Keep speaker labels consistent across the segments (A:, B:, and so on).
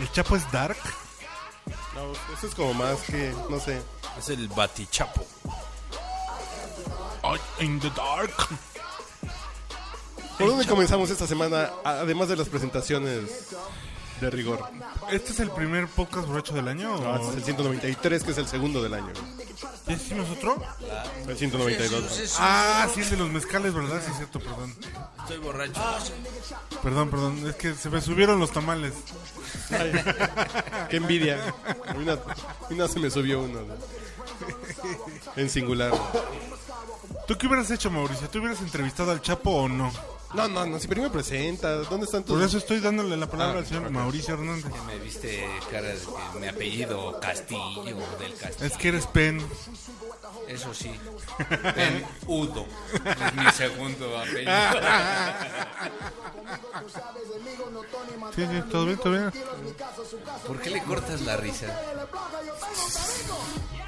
A: El Chapo es Dark.
B: No, eso es como más que, no sé.
C: Es el batichapo.
A: In the Dark.
B: ¿Por dónde comenzamos esta semana, a- además de las presentaciones de rigor?
A: ¿Este es el primer podcast borracho del año? o-
B: No,
C: Ah,
B: este es el 193, que es el segundo del año. güey.
A: ¿Ya hicimos otro?
B: El 192.
A: Ah, sí, el de los mezcales, ¿verdad? Sí, es cierto, perdón.
C: Estoy borracho.
A: Perdón, perdón. Es que se me subieron los tamales.
B: Ay, qué envidia. A mí na- a mí na se me subió uno. güey. En singular.
A: ¿Tú qué hubieras hecho, Mauricio? ¿Tú hubieras entrevistado al Chapo o no?
B: No, no, no, si primero presenta. ¿Dónde están
A: Por
B: tus...?
A: eso estoy dándole la palabra
B: Ah,
A: al señor Mauricio Hernández.
C: Me viste cara de que mi apellido Castillo del Castillo.
A: Es que eres pen.
C: Eso sí. Ben Udo. Es mi segundo apellido.
A: Sí, sí, todo bien, todo bien.
C: ¿Por qué le cortas la risa?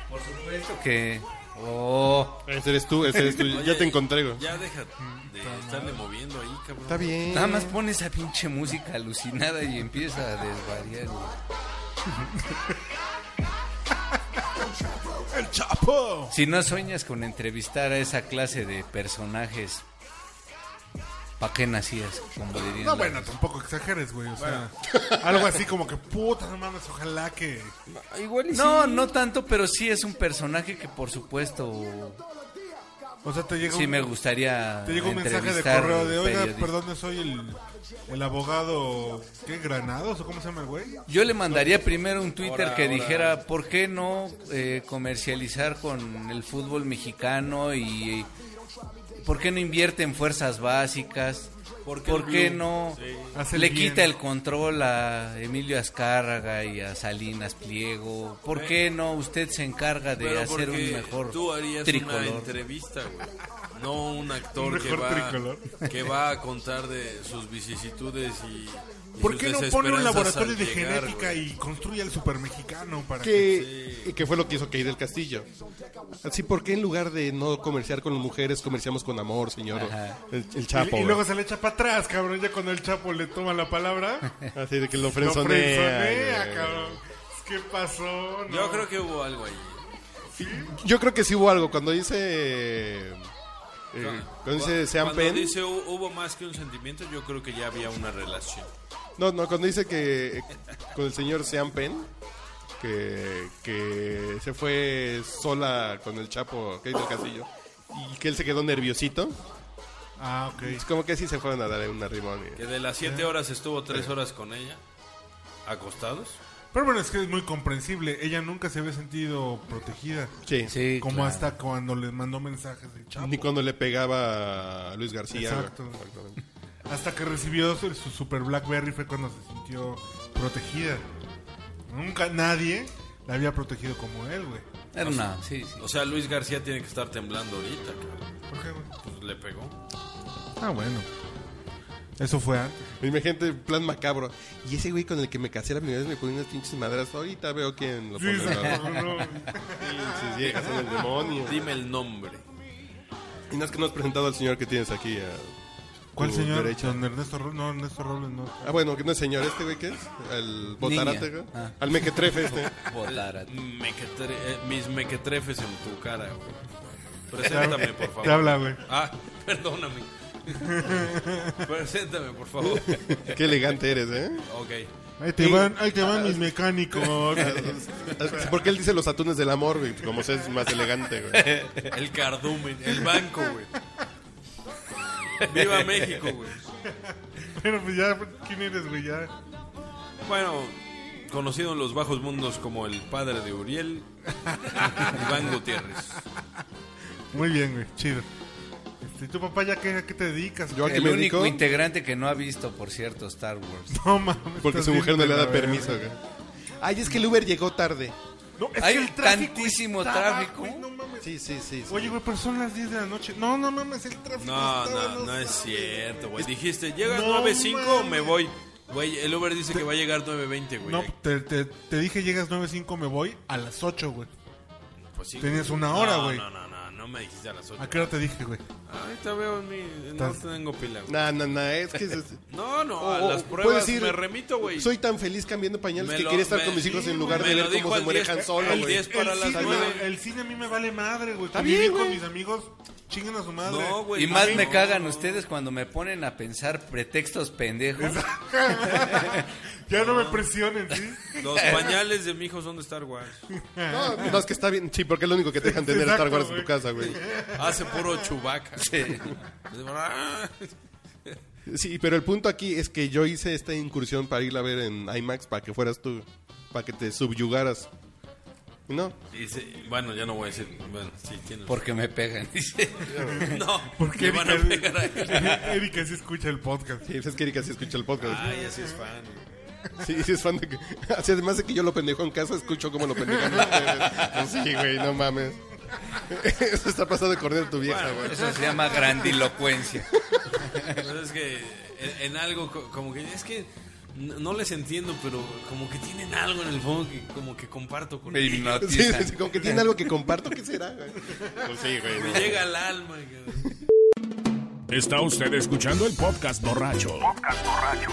C: Por supuesto que. Oh.
B: Ese eres tú, ese eres tú. Ya te encontré, güey.
D: Ya deja de estarle moviendo ahí, cabrón.
B: Está bien.
C: Nada más pon esa pinche música alucinada y empieza a desvariar. güey.
A: ¡El Chapo!
C: Si no sueñas con entrevistar a esa clase de personajes, ¿pa' qué nacías? Como dirían
A: No,
C: las-
A: bueno, tampoco exageres, güey. O sea, algo así como que, puta, no mames, ojalá que... Pues
C: No, no tanto, pero sí es un personaje que por supuesto
A: O sea, te llega
C: sí
A: un-
C: me gustaría
A: Te llegó un mensaje de
C: entrevistar
A: correo de, oiga,
C: periodistas".
A: perdón, soy el, el abogado, ¿qué? ¿Granados o cómo se llama el güey?
C: Yo le mandaría primero un Twitter
D: Ahora,
C: que
D: ahora.
C: dijera, ¿por qué no eh, comercializar con el fútbol mexicano y por qué no invierte en fuerzas básicas?
D: ¿Por
C: ¿Por
D: qué
C: qué,
D: el Blue?
C: no
D: Sí.
A: Hace el
C: le
A: bien.
C: quita el control a Emilio Azcárraga y a Salinas Pliego? ¿Por qué no usted se encarga de
D: Pero
C: hacer
D: porque
C: un mejor
D: tú harías
C: tricolor?
D: una entrevista, güey. No un actor
A: Un
D: que,
A: mejor
D: va,
A: tricolor.
D: que va a contar de sus vicisitudes y, y
A: ¿Por
D: sus
A: qué no pone un
D: desesperanzas
A: laboratorio
D: al
A: de
D: llegar,
A: genética
D: güey?
A: y construye al supermexicano para que...
B: que, que fue lo que hizo Key del Castillo. Así, ¿por qué en lugar de no comerciar con las mujeres, comerciamos con amor, señor?
C: Ajá.
B: El, el
A: Y,
B: Chapo.
A: y luego se le echa para atrás, cabrón, ya cuando el Chapo le toma la palabra,
B: güey. Así de que lo
A: lo
B: frenzonea.
A: frenzonea,
B: güey.
A: cabrón. ¿Qué pasó? No.
D: Yo creo que hubo algo ahí.
B: Yo creo que sí hubo algo. Cuando dice... eh, cuando dice sean
D: Cuando
B: pen...
D: dice hu- hubo más que un sentimiento, yo creo que ya había una relación.
B: No, no, cuando dice que... eh, con el señor sean pen... Que, que se fue sola con el Chapo Key del Castillo. Y que él se quedó nerviosito.
A: Ah,
B: Es
A: ok.
B: como que sí se fueron a dar una rimón. y-
D: Que de las siete horas estuvo tres horas con ella, acostados.
A: Pero bueno, es que es muy comprensible. Ella nunca se había sentido protegida.
B: Sí.
C: Sí,
A: como
C: claro.
A: hasta cuando le mandó mensajes de Chapo.
B: Ni cuando le pegaba a Luis García.
A: Exacto.
B: güey. Exactamente.
A: Hasta que recibió su, su Super Blackberry fue cuando se sintió protegida. Nunca nadie la había protegido como él, güey.
C: Era una- sí, sí.
D: O sea, Luis García tiene que estar temblando ahorita, cabrón.
A: ¿Por qué, güey?
D: Pues le pegó.
A: Ah, bueno. Eso fue antes.
B: Imagínate, plan macabro. Y ese güey con el que me casé la primera vez me pone unas pinches madras. Ahorita veo quién lo pone. ¿verdad? Pinches viejas son el demonio.
D: Dime el nombre.
B: Y no es que no has presentado al señor que tienes aquí. a
A: ¿Cuál
B: tu
A: señor?
B: derecha.
A: Don Ernesto Robles. No, Ernesto Robles no.
B: Ah, bueno, que no es señor este güey, ¿qué es? Al botarate, güey.
C: Ah.
B: Al mequetrefe este.
C: Votar a-
D: Mequetre- eh, mis mequetrefes en tu cara, güey. Preséntame, por favor.
A: Te habla, güey.
D: Ah, perdóname. Preséntame, por favor.
B: Qué elegante eres, ¿eh?
D: Ok.
A: Ahí te van, ahí te van mis mecánicos.
B: Porque él dice los atunes del amor, güey. Como es más elegante, güey.
D: El cardumen, el banco, güey. Viva México, güey.
A: Pero pues ya, ¿quién eres, güey? Ya.
D: Bueno, conocido en los bajos mundos como el padre de Uriel, Iván Gutiérrez.
A: Muy bien, güey. Chido. Este, ¿y ¿Tu papá ya qué, a qué te dedicas?
B: Yo a qué
C: El
B: me
C: único
B: dedico.
C: integrante que no ha visto, por cierto, Star Wars.
A: No mames.
B: Porque
A: estás
B: su mujer no
A: bien eh.
B: le
A: de
B: da
A: la verga.
B: permiso, güey. Ay, es que el Uber llegó tarde.
A: No, es
C: Hay
A: que el tráfico
C: tantísimo
A: estaba,
C: tráfico.
A: güey, no mames.
B: Sí, sí, sí. sí.
A: Oye, güey, pero son las 10 de la noche. No, no mames, el tráfico.
D: No,
A: estaba,
D: no, no es
A: sabes.
D: cierto, güey. Dijiste, llegas
A: No
D: 9.05 o me
A: mames.
D: voy. Güey, el Uber dice que va a llegar 9.20, güey.
A: No, te, te, te dije llegas 9.05, me voy a las 8, güey.
D: Pues sí,
A: tenías
D: güey.
A: una hora,
D: No,
A: güey.
D: No, no, no, no me dijiste a las 8.
A: ¿A qué hora te dije, güey?
D: Ahorita veo en mi... No
A: Estás- Oh,
D: tengo pila, güey.
B: Nah, nah, nah, es que... es-
D: No, no, a
B: o- o
D: las
B: puedes
D: pruebas
B: ir,
D: me remito, güey.
B: Soy tan feliz cambiando pañales
D: Me
B: que
D: lo-
B: quería estar
D: me-
B: con mis hijos
D: sí,
B: en lugar
D: me
B: de
D: lo
B: ver
D: dijo
B: cómo se
D: al
B: muere
D: 10,
B: Han Solo,
D: el
B: güey.
D: 10 para
A: el,
D: las
A: cine,
D: nueve.
A: el cine a mí me vale madre, güey.
B: Está
A: Convivir
B: bien,
A: con
B: güey.
A: mis amigos, chinguen a su madre.
D: No,
B: Pues
D: güey.
C: Y más
D: no,
C: me
D: no.
C: cagan ustedes cuando me ponen a pensar pretextos pendejos.
A: ya no me presionen, ¿sí?
D: Los pañales de mi hijo son de Star Wars.
B: No, no, es que está bien. Sí, porque es lo único que te dejan tener
A: Exacto,
B: Star Wars en
A: güey.
B: tu casa, güey.
D: Hace puro chubaca.
C: Sí.
B: Sí, pero el punto aquí es que yo hice esta incursión para irla a ver en IMAX para que fueras tú, para que te subyugaras. ¿No?
D: Dice, bueno, ya no voy a decir. Bueno, sí, tienes.
C: Porque me pegan. dice.
D: No,
A: ¿Por qué
D: le van a pegar a él.
A: Erika, Erika sí escucha el podcast.
B: Sí, es que Erika sí escucha el podcast.
D: Ay, así es fan.
B: Sí, sí es fan de que... Así además de que yo lo pendejo en casa, escucho cómo lo pendejan ustedes. Sí, güey, no mames. Eso está pasado de correr tu vieja, güey.
C: Eso se llama grandilocuencia.
D: Pues es que en, en algo co- como que. Es que no no les entiendo, pero como que tienen algo en el fondo que como que comparto con
C: Me
D: ellos.
B: Sí,
C: hipnotizan.
B: sí, sí, como que tiene algo que comparto, ¿qué será, güey? Pues sí, güey.
D: Me llega al alma. que-
E: Está usted escuchando el podcast borracho.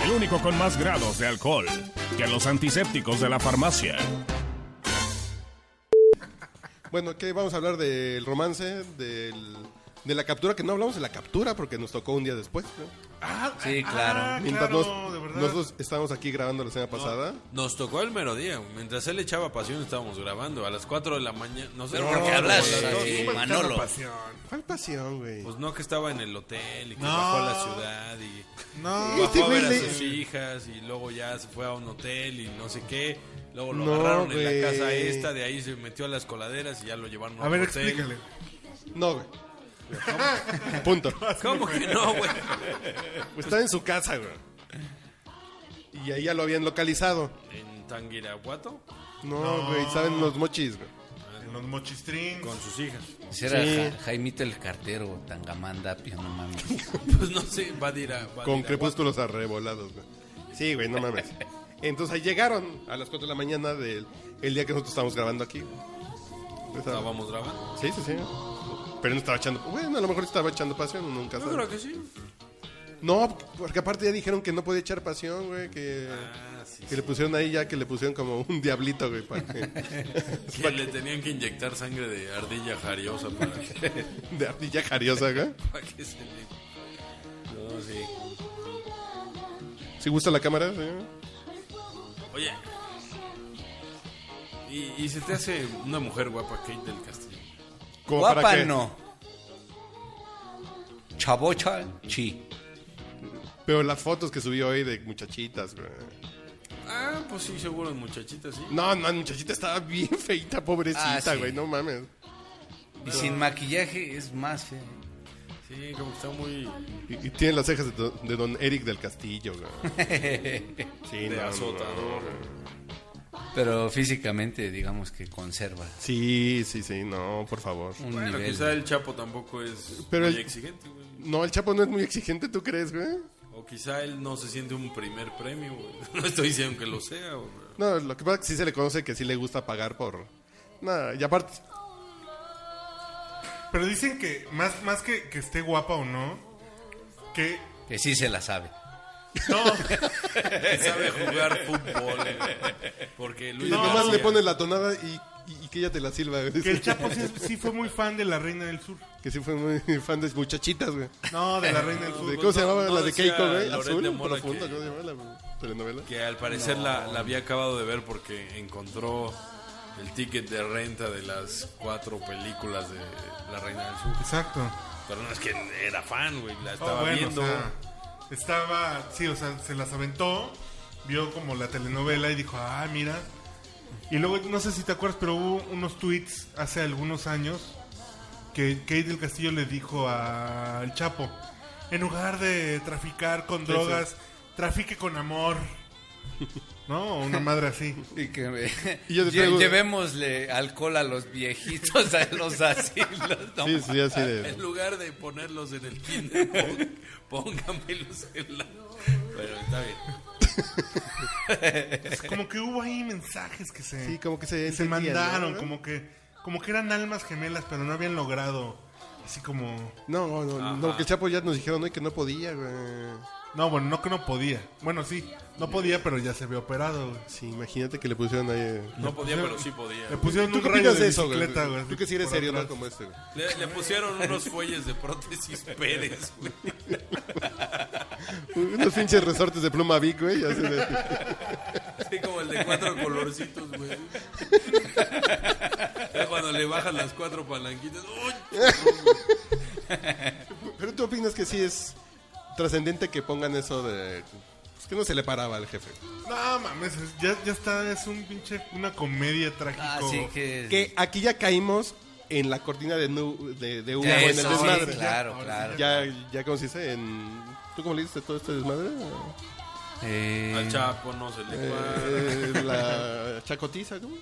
E: El único con más grados de alcohol que los antisépticos de la farmacia.
B: Bueno, ¿qué vamos a hablar del romance? Del, de la captura, que no hablamos de la captura porque nos tocó un día después. ¿no?
C: Sí, claro.
A: Ah,
B: Mientras
A: claro,
B: nos-
A: de verdad.
B: nosotros estábamos aquí grabando la semana pasada.
D: Nos tocó el merodía. Mientras él echaba pasión, estábamos grabando. A las 4 de la mañana. No sé
C: Pero
D: por
C: ¿por
D: qué
C: qué hablas?
D: como a las
C: Sí,
D: dos.
A: Bueno,
C: Manolo.
A: tengo pasión.
B: ¿Cuál pasión, güey?
D: Pues no, que estaba en el hotel y que
A: No.
D: bajó a la ciudad y
A: No,
D: bajó a
B: güey
D: ver a
B: le-
D: sus hijas y luego ya se fue a un hotel y no sé qué. Luego lo
B: No,
D: agarraron en
B: güey.
D: la casa esta, de ahí se metió a las coladeras y ya lo llevaron
A: a ver,
D: otro hotel.
A: explícale.
B: No, güey. Punto.
D: ¿Cómo que no, güey?
B: Pues estaba en su casa, güey. Y ahí ya lo habían localizado.
D: En Tanguiraguato
B: No, güey, saben los mochis, güey.
A: En los mochistrins.
D: con sus hijas.
C: Ese era
B: Sí.
C: Ja- Jaimito el cartero, Tangamandapio, no mames.
D: Pues no sé, va a ir a. va a
B: Con
D: ir a-
B: crepúsculos arrebolados, güey. Sí, güey, no mames. Entonces ahí llegaron a las 4 de la mañana del el día que nosotros estábamos grabando aquí. Estaba-
D: Estábamos grabando.
B: Sí, sí, sí. Pero no estaba echando. Bueno, a lo mejor estaba echando pasión, uno nunca
D: Yo
B: sabe.
D: creo que sí.
B: No, porque aparte ya dijeron que no podía echar pasión, güey. Que,
D: Ah, sí.
B: que le pusieron ahí ya, que le pusieron como un diablito, güey. Para que,
D: Que le tenían que inyectar sangre de ardilla jariosa para que,
B: de ardilla jariosa, güey.
D: para que se le. No, sí.
B: Si gusta la cámara, señor?
D: Oye. ¿Y, y se te hace una mujer guapa, Kate del Castillo.
B: Como para
C: Guapa
B: que-
C: no. Chavocha, sí.
B: Pero las fotos que subió hoy de muchachitas, güey.
D: Ah, pues sí, seguro, muchachita, sí.
B: No, no, la muchachita estaba bien feita, pobrecita,
C: Ah, sí.
B: güey. No mames.
C: Y sin maquillaje es más feo.
D: Sí, como que está muy
B: Y, y tiene las cejas de, do- de don Eric del Castillo, güey. Sí,
D: de
B: no,
D: azota,
B: no.
D: ¿no?
C: Pero físicamente, digamos que conserva
B: Sí, sí, sí, no, por favor.
C: un
D: Bueno,
C: nivel.
D: quizá el Chapo tampoco es
B: Pero
D: muy
B: el-
D: exigente, güey.
B: No, el Chapo no es muy exigente, ¿tú crees, güey?
D: O quizá él no se siente un primer premio, güey. No estoy diciendo que lo sea, güey.
B: No, lo que pasa es que sí se le conoce que sí le gusta pagar por... Nada, y aparte...
A: Pero dicen que más, más que, que esté guapa o no, que
C: Que sí se la sabe.
A: no,
D: Que sabe jugar fútbol, güey. Porque
B: Y
D: Luis
B: nomás
D: García-
B: le pones la tonada y, y- y que ella te la silba, güey.
A: que el Chapo sí, sí fue muy fan de la Reina del Sur.
B: Que sí fue muy fan de muchachitas, güey.
A: Pues No, de la Reina del
B: De-
A: Sur.
B: ¿Cómo se
D: no-
B: llamaba
D: no
B: la de
D: decía
B: Keiko, güey?
D: Loret de
B: Azul,
D: Mola
B: profundo,
D: que-
B: ¿cómo se llamaba la telenovela?
D: Que al parecer la, la había acabado de ver porque encontró el ticket de renta de las cuatro películas de La Reina del Sur.
A: Exacto.
D: Pero no es que era fan, güey. La
A: Ah,
D: estaba
A: bueno,
D: viendo.
A: o sea, estaba, sí, o sea, se las aventó, vio como la telenovela y dijo, ah, mira. Y luego, no sé si te acuerdas, pero hubo unos tweets hace algunos años que Kate del Castillo le dijo al Chapo, en lugar de traficar con
B: Sí,
A: drogas, trafique con amor. ¿No? Una madre así.
C: Y que me-
B: Y yo te
C: Lle-
B: pregunto-
C: llevémosle alcohol a los viejitos, a los asilos. no
B: Sí, sí, así de...
D: En lugar de ponerlos en el kinder, pon- póngamelos en la... Bueno, está bien.
A: Es como que hubo ahí mensajes que se,
B: Sí, como que se
A: que se
B: entendían,
A: mandaron,
B: ¿no?
A: como que como que eran almas gemelas, pero no habían logrado así como
B: No, no, no, no, porque el Chapo ya nos dijeron hoy que no podía, güey.
A: no, bueno, no que no podía. Bueno, sí, no podía, pero ya se había operado. güey.
B: Sí, imagínate que le pusieron ahí. eh.
D: No podía, pero sí podía.
A: Le pusieron
B: ¿Tú
A: un
B: qué
A: rayo
B: opinas
A: de
B: de eso, güey?
A: bicicleta, güey.
B: Tú que si eres
A: por
B: serio,
A: atrás.
B: ¿no? Como este, güey.
D: Le, le pusieron unos fuelles de prótesis Pérez, güey.
B: Unos pinches resortes de pluma Vic, güey. ya se ve.
D: Así como el de cuatro colorcitos, güey. Ya cuando le bajan las cuatro palanquitas. ¡Uy!
B: Pero tú opinas que sí es trascendente que pongan eso de. Es que no se le paraba al jefe.
A: No mames, es- ya, ya está, es un pinche, una comedia trágica.
C: Así Ah, que...
B: Que aquí ya caímos en la cortina de, nu- de, de humo
C: Ya,
B: en el
C: eso, sí,
B: desmadre.
C: claro, claro.
B: Ya, ya, ¿cómo se dice? En... ¿Tú cómo le dices a todo este desmadre?
C: Eh,
D: Al Chapo no se le cuadra.
B: Eh, la chacotiza, ¿cómo?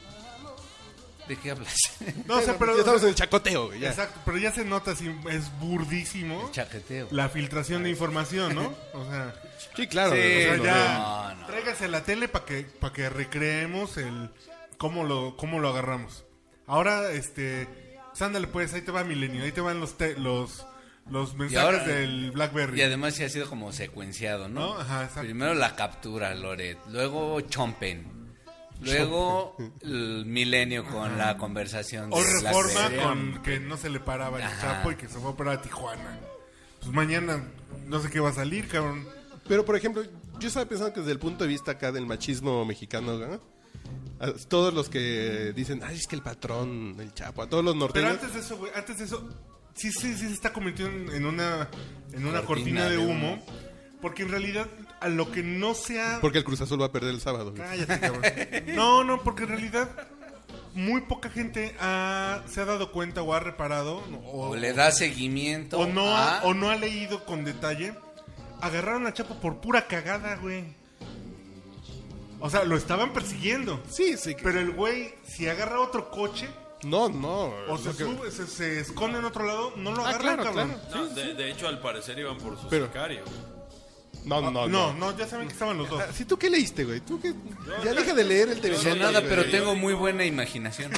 C: ¿De qué hablas?
A: No, o sea, pero,
B: ya estamos en el chacoteo, güey. ya.
A: exacto, pero ya se nota, así, es burdísimo
C: Chaqueteo.
A: la filtración de información, ¿no? O sea,
B: Sí, claro.
C: Sí,
B: o sea,
A: o sea,
C: no,
A: ya,
C: no, no.
A: tráigase la tele para que, pa' que recreemos el cómo lo, cómo lo agarramos. Ahora, este, pues ándale pues, ahí te va Milenio, ahí te van los, te- los, los mensajes
C: ahora-
A: del Blackberry.
C: Y además sí ha sido como secuenciado, ¿no?
A: ¿No? Ajá, exacto.
C: Primero la captura, Loret. Luego Chompen. Luego el milenio con la conversación.
A: o
C: de Black
A: reforma
C: Bear.
A: con que no se le paraba el
C: Ajá.
A: chapo y que se fue para Tijuana. Pues mañana no sé qué va a salir, cabrón.
B: Pero, por ejemplo, yo estaba pensando que desde el punto de vista acá del machismo mexicano, ¿no? A todos los que dicen, ay, es que el patrón, el chapo, a todos los
A: Pero
B: norteños.
A: antes de eso, güey, antes de eso, sí, sí, sí se está convirtiendo en una, en una cortina, de, humo, Porque en realidad, a lo que no se ha
B: Porque el Cruz Azul va a perder el sábado. güey.
A: Cállate, cabrón. No, no, porque en realidad muy poca gente ha- se ha dado cuenta o ha reparado o,
C: O le da seguimiento.
A: o no,
B: Ah.
C: a-
A: o no ha leído con detalle. Agarraron a Chapo por pura cagada, güey. O sea, lo estaban persiguiendo.
B: Sí, sí. que-
A: Pero el güey, si agarra otro coche
B: No, no.
A: o
B: Pues lo
A: se,
B: que-
A: sube, se, se esconde en otro lado, no lo
B: Ah,
A: agarran,
B: claro,
A: cabrón.
B: claro.
D: No, de, de hecho, al parecer iban por su
B: Pero-
D: sicario. güey.
B: No, no, Ah, no.
A: Ah, No, no, ya saben que estaban los dos.
B: Ah, sí, ¿tú qué leíste, güey? ¿Tú qué? Ya deja de leer el
C: Dice,
B: televisor.
C: nada,
B: güey.
C: pero tengo muy buena imaginación.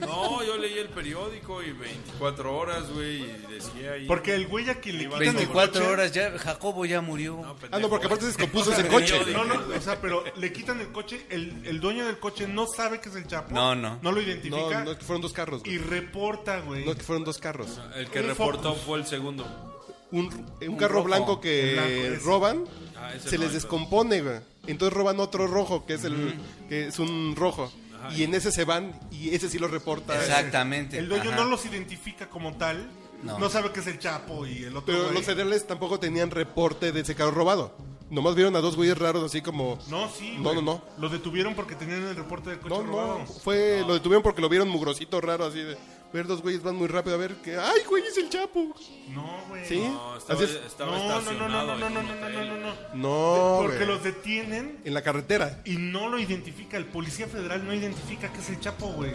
D: No, yo leí el periódico y 24 horas, güey, y decía ahí.
A: Porque el güey a quien le quitan el
C: 24
A: coche-
C: horas ya, Jacobo ya murió.
B: Ah, no, porque aparte descompuso
D: O sea,
B: ese coche.
D: yo-
B: güey.
A: No, no, o sea, pero le quitan el coche, el, el dueño del coche no sabe que es el Chapo.
C: No, no.
A: No lo
B: No,
A: identifica
B: no, es que fueron dos carros,
A: y
B: güey.
A: reporta, güey.
B: No, es que fueron dos carros.
D: El que
A: Un
D: reportó
A: Focus.
D: fue el segundo.
B: Un, eh, un carro
C: rojo.
B: blanco que
A: El blanco, ese.
B: roban,
D: Ah, ese
B: se
D: no,
B: les
D: ese.
B: descompone, güey. Entonces roban otro rojo, que es el que es un rojo. y en ese se van y ese sí lo reporta.
C: Exactamente.
A: pues, el dueño
C: ajá.
A: no los identifica como tal. No.
C: No.
A: sabe que es el Chapo y el otro.
B: Pero
A: güey.
B: los cereales tampoco tenían reporte de ese carro robado. Nomás vieron a dos güeyes raros así como...
A: No, sí.
B: No,
A: güey.
B: no, no.
A: Los detuvieron porque tenían el reporte del coche
B: No,
A: robado.
B: no, fue, lo detuvieron porque lo vieron mugrosito raro así de ver dos güeyes van muy rápido a ver que ay güey es el Chapo.
A: No, güey.
B: Sí.
D: No, estaba,
B: Así es.
D: estaba
A: No, no, no, no,
D: estacionado
A: no, no,
D: en
A: no,
D: un
A: no, no,
D: hotel.
A: no, no.
B: No,
A: Porque
B: güey.
A: los detienen
B: en la carretera.
A: y no lo identifica. El policía federal no identifica que es el Chapo, güey.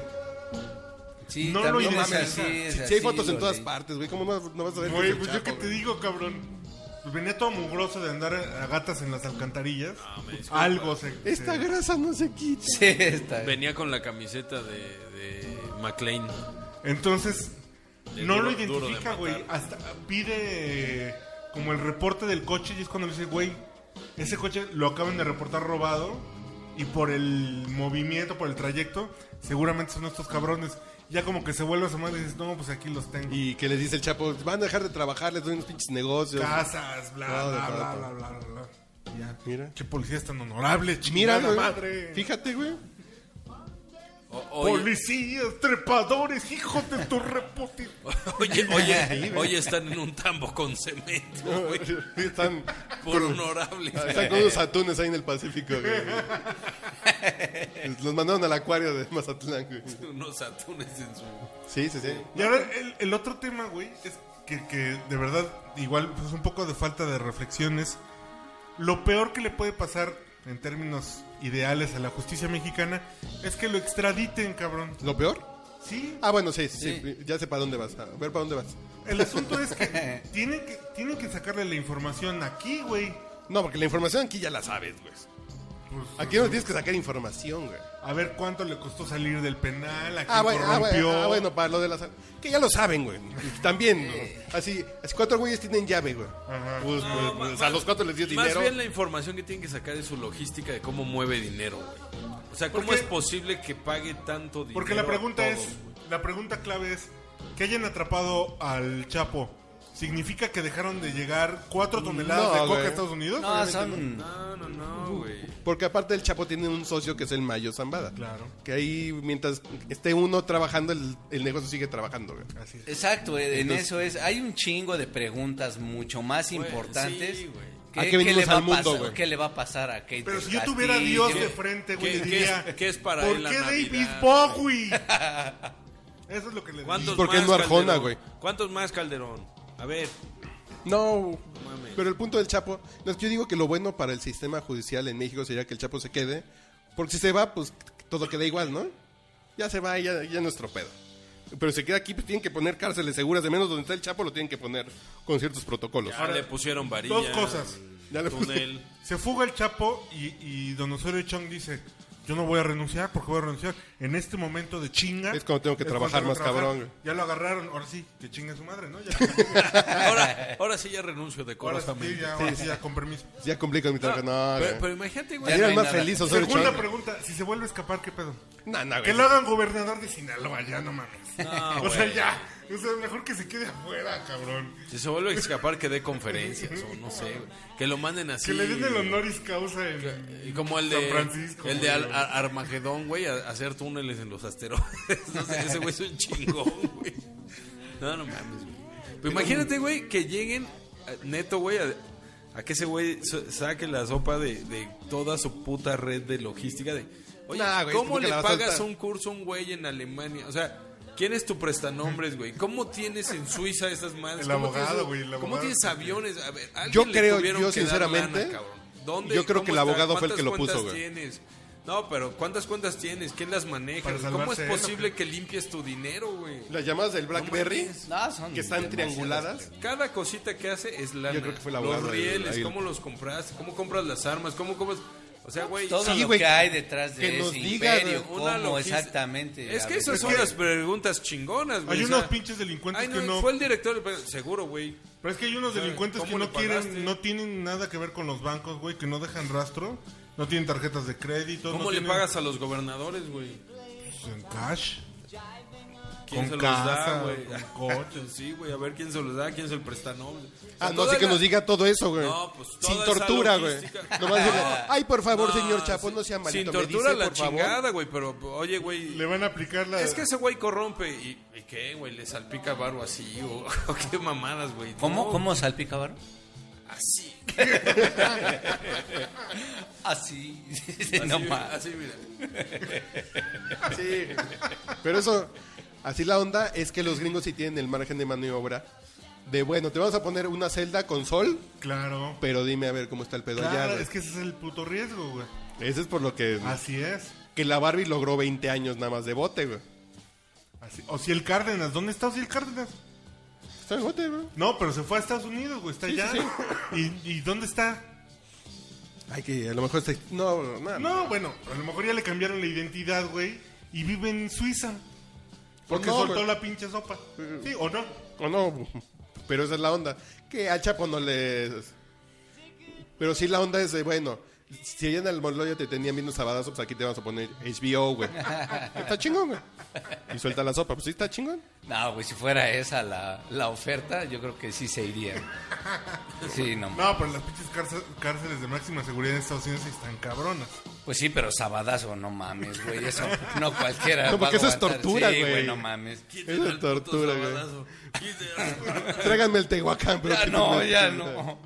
C: Sí,
A: no lo
C: también es
A: identifica.
C: así.
B: Si
C: es
B: sí,
C: así,
B: hay fotos en
C: lo
B: todas
C: leí.
B: partes, güey, ¿cómo no, no vas a ver? que es
A: Güey,
B: el
A: pues yo
B: Chapo,
A: que te
B: güey?
A: digo, cabrón. Pues venía todo mugroso de andar a gatas en las alcantarillas.
D: Ah,
A: Algo se.
B: Esta
A: se-
B: grasa no se quita.
C: Sí, está.
D: Venía con la camiseta de, de McLean.
A: Entonces,
D: De
A: no
D: duro-
A: lo
D: duro de
A: identifica,
D: matar.
A: güey. Hasta pide eh, como el reporte del coche y es cuando le dice, güey, ese coche lo acaban de reportar robado y por el movimiento, por el trayecto, seguramente son estos cabrones. Ya como que se vuelve a su madre y dices, no, pues aquí los tengo.
B: Y que les dice el Chapo, van a dejar de trabajar, les doy unos pinches negocios.
A: Casas, bla,
B: Todo,
A: bla,
B: todo,
A: bla,
B: todo.
A: bla, bla, bla, bla. Ya.
B: Mira.
A: Qué policías tan honorables,
B: Mira,
A: chingada
B: güey.
A: madre.
B: Fíjate, güey.
D: O- oye,
A: Policías, trepadores, hijos de tu reputi.
D: oye, oye, oye, están en un tambo con cemento, güey.
B: Están
D: Por honorables.
B: Están con unos atunes ahí en el Pacífico, güey. Los mandaron al acuario de Mazatlán, güey.
D: Unos atunes en su.
B: Sí, sí, sí.
A: Y ahora el, el otro tema, güey, es que, que de verdad, igual, pues un poco de falta de reflexiones. Lo peor que le puede pasar en términos ideales a la justicia mexicana es que lo extraditen, cabrón.
B: ¿Lo peor?
A: Sí,
B: Ah, bueno, sí, sí, sí. Ya sé para dónde vas. A ver, ¿para dónde vas?
A: el asunto es que tienen que, tienen que sacarle la información aquí, güey.
B: No, porque la información aquí ya la sabes, güey. Aquí no tienes que sacar información, güey.
A: A ver cuánto le costó salir del penal, a quién
B: Ah bueno, ah,
A: corrompió.
B: bueno, ah, bueno, para lo de las... Que ya lo saben, güey. También, ¿no? Así, así cuatro güeyes tienen llave, güey. Pues, pues, pues, a los cuatro les dio
D: Más
B: dinero.
D: bien la información que tienen que sacar es su logística de cómo mueve dinero, güey. O sea, ¿cómo
A: Porque-
D: es posible que pague tanto dinero?
A: Porque la
D: a
A: pregunta
D: todos,
A: es,
D: güey?
A: la pregunta clave es, que hayan atrapado al Chapo, ¿significa que dejaron de llegar cuatro toneladas
B: No,
A: de coca
B: güey.
A: a Estados Unidos?
C: No, son...
D: No, no, no, güey.
B: Porque aparte el Chapo tiene un socio que es el Mayo Zambada.
A: Claro.
B: Que ahí, mientras esté uno trabajando, el, el negocio sigue trabajando, güey.
A: Así es.
C: Exacto, en
B: Entonces-
C: eso es. Hay un chingo de preguntas mucho más importantes.
D: sí, güey.
C: ¿Qué-
B: ¿A qué
C: qué
B: venimos
C: le va
B: al
C: a
B: mundo,
C: pasar-
B: güey?
C: ¿Qué le va a pasar a Kate?
A: Pero si yo
C: a
A: tuviera a
C: ti?
A: Dios
C: ¿Qué-
A: de frente, güey,
D: qué-
A: le
D: qué
A: diría,
D: es- qué es para
A: ¿por
D: él la
A: qué David
D: Navidad?
A: Bowie? Eso es lo que le
D: ¿Cuántos
A: digo.
B: por qué
D: más,
B: no Arjona,
D: Calderón?
B: güey?
D: ¿Cuántos más, Calderón? A ver,
B: No,
D: mames.
B: pero el punto del Chapo, no, es que yo digo que lo bueno para el sistema judicial en México sería que el Chapo se quede, porque si se va, pues todo queda igual, ¿no? Ya se va, ya, ya no es tropedo. Pero si queda aquí, pues tienen que poner cárceles seguras, de menos donde está el Chapo lo tienen que poner con ciertos protocolos.
D: ya le pusieron varilla.
A: Dos cosas.
B: Ya le puse-
D: Túnel.
A: Se fuga el Chapo y, y Don Osorio Chong dice, yo no voy a renunciar porque voy a renunciar. En este momento de chinga.
B: Es cuando tengo que
A: cuando
B: trabajar
A: tengo que
B: más cabrón, güey.
A: Ya lo agarraron, ahora sí, que chinga su madre, ¿no? Ya,
D: Ahora, ahora sí ya renuncio de
A: ahora
D: corazón.
A: sí, ya, ahora sí, ya, con permiso.
B: Ya cumplí con mi trabajo. No,
D: pero,
B: güey.
D: pero imagínate, güey.
C: Ya
B: Era
C: no hay
B: más
C: nada.
B: feliz Osorio
A: Segunda
B: Chong.
A: pregunta, si se vuelve a escapar, ¿qué pedo?
B: No, no,
A: Que
B: güey.
A: lo hagan gobernador de Sinaloa, ya no mames.
D: No,
A: o sea,
D: güey.
A: ya. O sea, mejor que se quede afuera, cabrón.
D: Si se vuelve a escapar, que dé conferencias o no sé. güey. Que lo manden así.
A: Que le den el honoris causa en
D: Y como el
A: San
D: de,
A: Francisco.
D: el de
A: güey.
D: Ar- Ar- Armagedón, güey, a- hacer túneles en los asteroides. No sé, ese güey es un chingón, güey. No, no mames, güey. Pero imagínate, güey, que lleguen, eh, neto, güey, a, a que ese güey sa- saque la sopa de, de toda su puta red de logística. De, Oye,
B: Nah, güey,
D: ¿cómo
B: nunca
D: le
B: la vas a
D: pagas
B: soltar.
D: un curso a un güey en Alemania? O sea, ¿quién es tu prestanombres, güey? ¿Cómo tienes en Suiza esas madres?
A: El
D: ¿Cómo
A: abogado,
D: tienes-
A: güey, el
D: ¿Cómo
A: abogado.
D: tienes aviones? A ver, ¿a
B: Yo
D: alguien le
B: creo,
D: tuvieron
B: yo
D: que dar
B: sinceramente,
D: lana, cabrón? ¿Dónde
B: Yo creo
D: ¿Cómo
B: que el abogado fue el
D: ¿Cuántas
B: que lo puso,
D: cuentas
B: güey.
D: tienes? No, pero ¿cuántas cuentas tienes? ¿Quién las maneja?
A: Para
D: ¿Cómo es
A: salvarse ¿eh? él,
D: posible que limpies tu dinero, güey?
B: Las llamadas del Blackberry,
C: No, son
B: que están
C: demasiadas
B: trianguladas.
D: Cada cosita que hace es lana.
B: Yo creo que fue el abogado
D: Los
B: del-
D: rieles,
B: ahí.
D: ¿cómo los compraste? ¿Cómo compras las armas? ¿Cómo compras...? O sea, güey...
C: Todo
B: Sí,
C: lo
B: güey,
C: que hay detrás de
B: que nos
C: ese
B: diga,
C: imperio,
D: güey, una
C: cómo
D: logis-
C: exactamente.
D: Es que
C: A ver,
D: esas son las preguntas chingonas, güey.
A: Hay
D: o sea,
A: unos pinches delincuentes
D: Ay, no,
A: que no.
D: Fue el director del... Seguro, güey.
A: Pero es que hay unos
D: sea,
A: delincuentes que
D: ¿cómo
A: no
D: le pagaste?
A: quieren, no tienen nada que ver con los bancos, güey, que no dejan rastro, no tienen tarjetas de crédito.
D: ¿Cómo
A: no
D: le
A: tienen-
D: pagas a los gobernadores, güey?
A: Pues, en cash?
D: ¿Quién
A: Con
D: se
A: casa,
D: los da,
A: con
D: güey? coches, sí, güey. A ver quién se los da, quién es el prestanoble.
B: Ah, no, así que nos diga todo eso, güey.
D: No, pues, toda
B: Sin
D: esa
B: tortura, güey.
D: logística.
B: Nomás diga,
D: No.
B: ay, por favor,
D: No,
B: señor Chapo, no sea
D: sin-
B: malito.
D: Sin
B: me
D: tortura
B: dice,
D: la
B: por favor".
D: chingada, güey, pero oye, güey.
A: Le van a aplicar la.
D: Es que ese güey corrompe y, y qué, güey, le salpica barro así o, o qué mamadas, güey.
C: ¿Cómo,
D: No,
C: ¿Cómo salpica, varón?
D: Así.
C: Así.
D: Ah, Así,
C: no
D: mira,
C: más.
D: así, mira.
B: Sí. Pero eso, así la onda es que los gringos sí tienen el margen de maniobra. De bueno, te vamos a poner una celda con sol,
A: Claro.
B: pero dime a ver cómo está el pedo allá,
A: Claro,
B: güey.
A: es que ese es el puto riesgo, güey.
B: Ese es por lo que,
A: Así es.
B: que la Barbie logró 20 años nada más de bote, güey.
A: Así. Ociel Cárdenas, ¿dónde está Ociel Cárdenas?
B: Está de bote, güey.
A: No, pero se fue a Estados Unidos, güey, está
B: Sí,
A: allá.
B: sí,
A: ¿Y, y dónde está?
B: Ay, que a lo mejor está... No, no,
A: No, bueno, a lo mejor ya le cambiaron la identidad, güey, y vive en Suiza. Porque
B: no,
A: soltó
B: güey.
A: la pinche sopa. ¿Sí o no?
B: O no, pero esa es la onda. Que al Chapo no le... Pero sí la onda es de, bueno, si allá en el Moloya te tenían viendo sabadazo, pues aquí te vamos a poner HBO, güey. Está chingón, güey. Y suelta la sopa, pues sí está chingón.
C: No, güey, si fuera esa la, la oferta, yo creo que sí se iría. Sí, no más.
A: No, pero las pinches cárce- cárceles de máxima seguridad en Estados Unidos sí están cabronas.
C: Pues sí, pero sabadazo, no mames, güey. Eso no cualquiera.
B: No,
C: va a
B: porque eso es
C: aguantar.
B: tortura,
C: Sí,
B: güey.
C: no mames.
B: Eso es tortura, güey.
D: güey.
B: Tráiganme el Tehuacán, pero
C: Ya
B: que
C: no,
B: tenga-
C: ya no.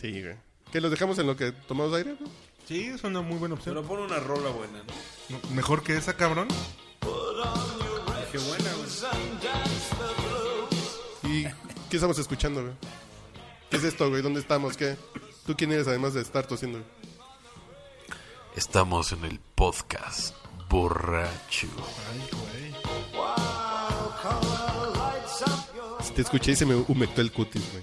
B: Sí, güey. ¿Que los dejamos en lo que tomamos aire? güey?
A: Sí, es una muy buena opción.
D: Pero pon una rola buena, ¿no?
A: No, Mejor que esa, cabrón.
D: Qué buena, güey.
B: ¿Y qué estamos escuchando, güey? ¿Qué es esto, güey? ¿Dónde estamos? ¿Qué? ¿Tú quién eres además de estar tosiendo? güey?
F: Estamos en el podcast borracho.
B: Te escuché y se me humectó el cutis, güey.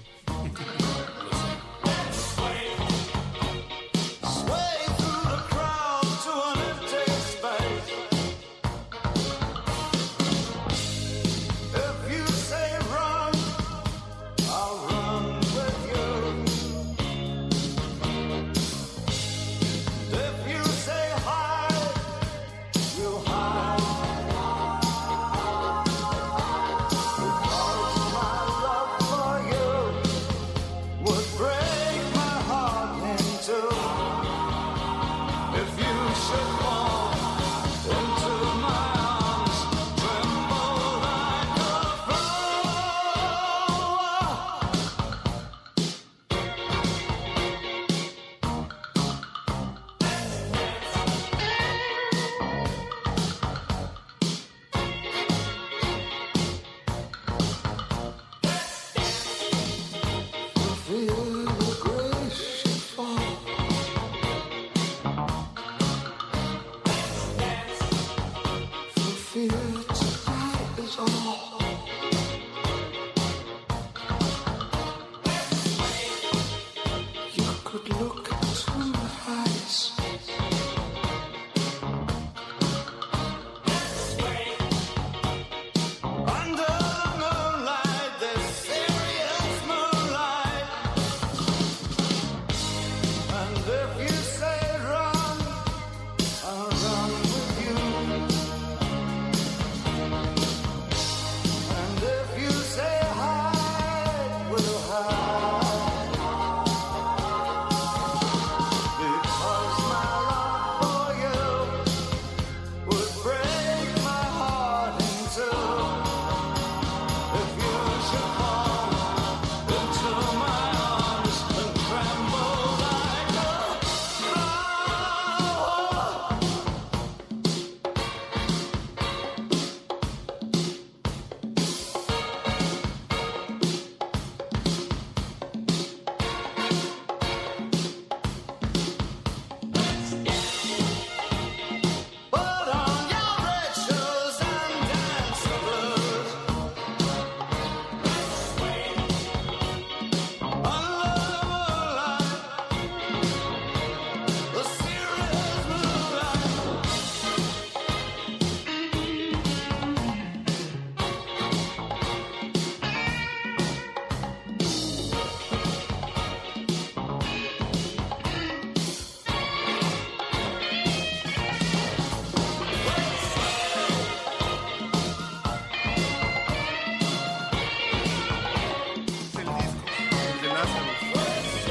A: El de Lázaro. O sea,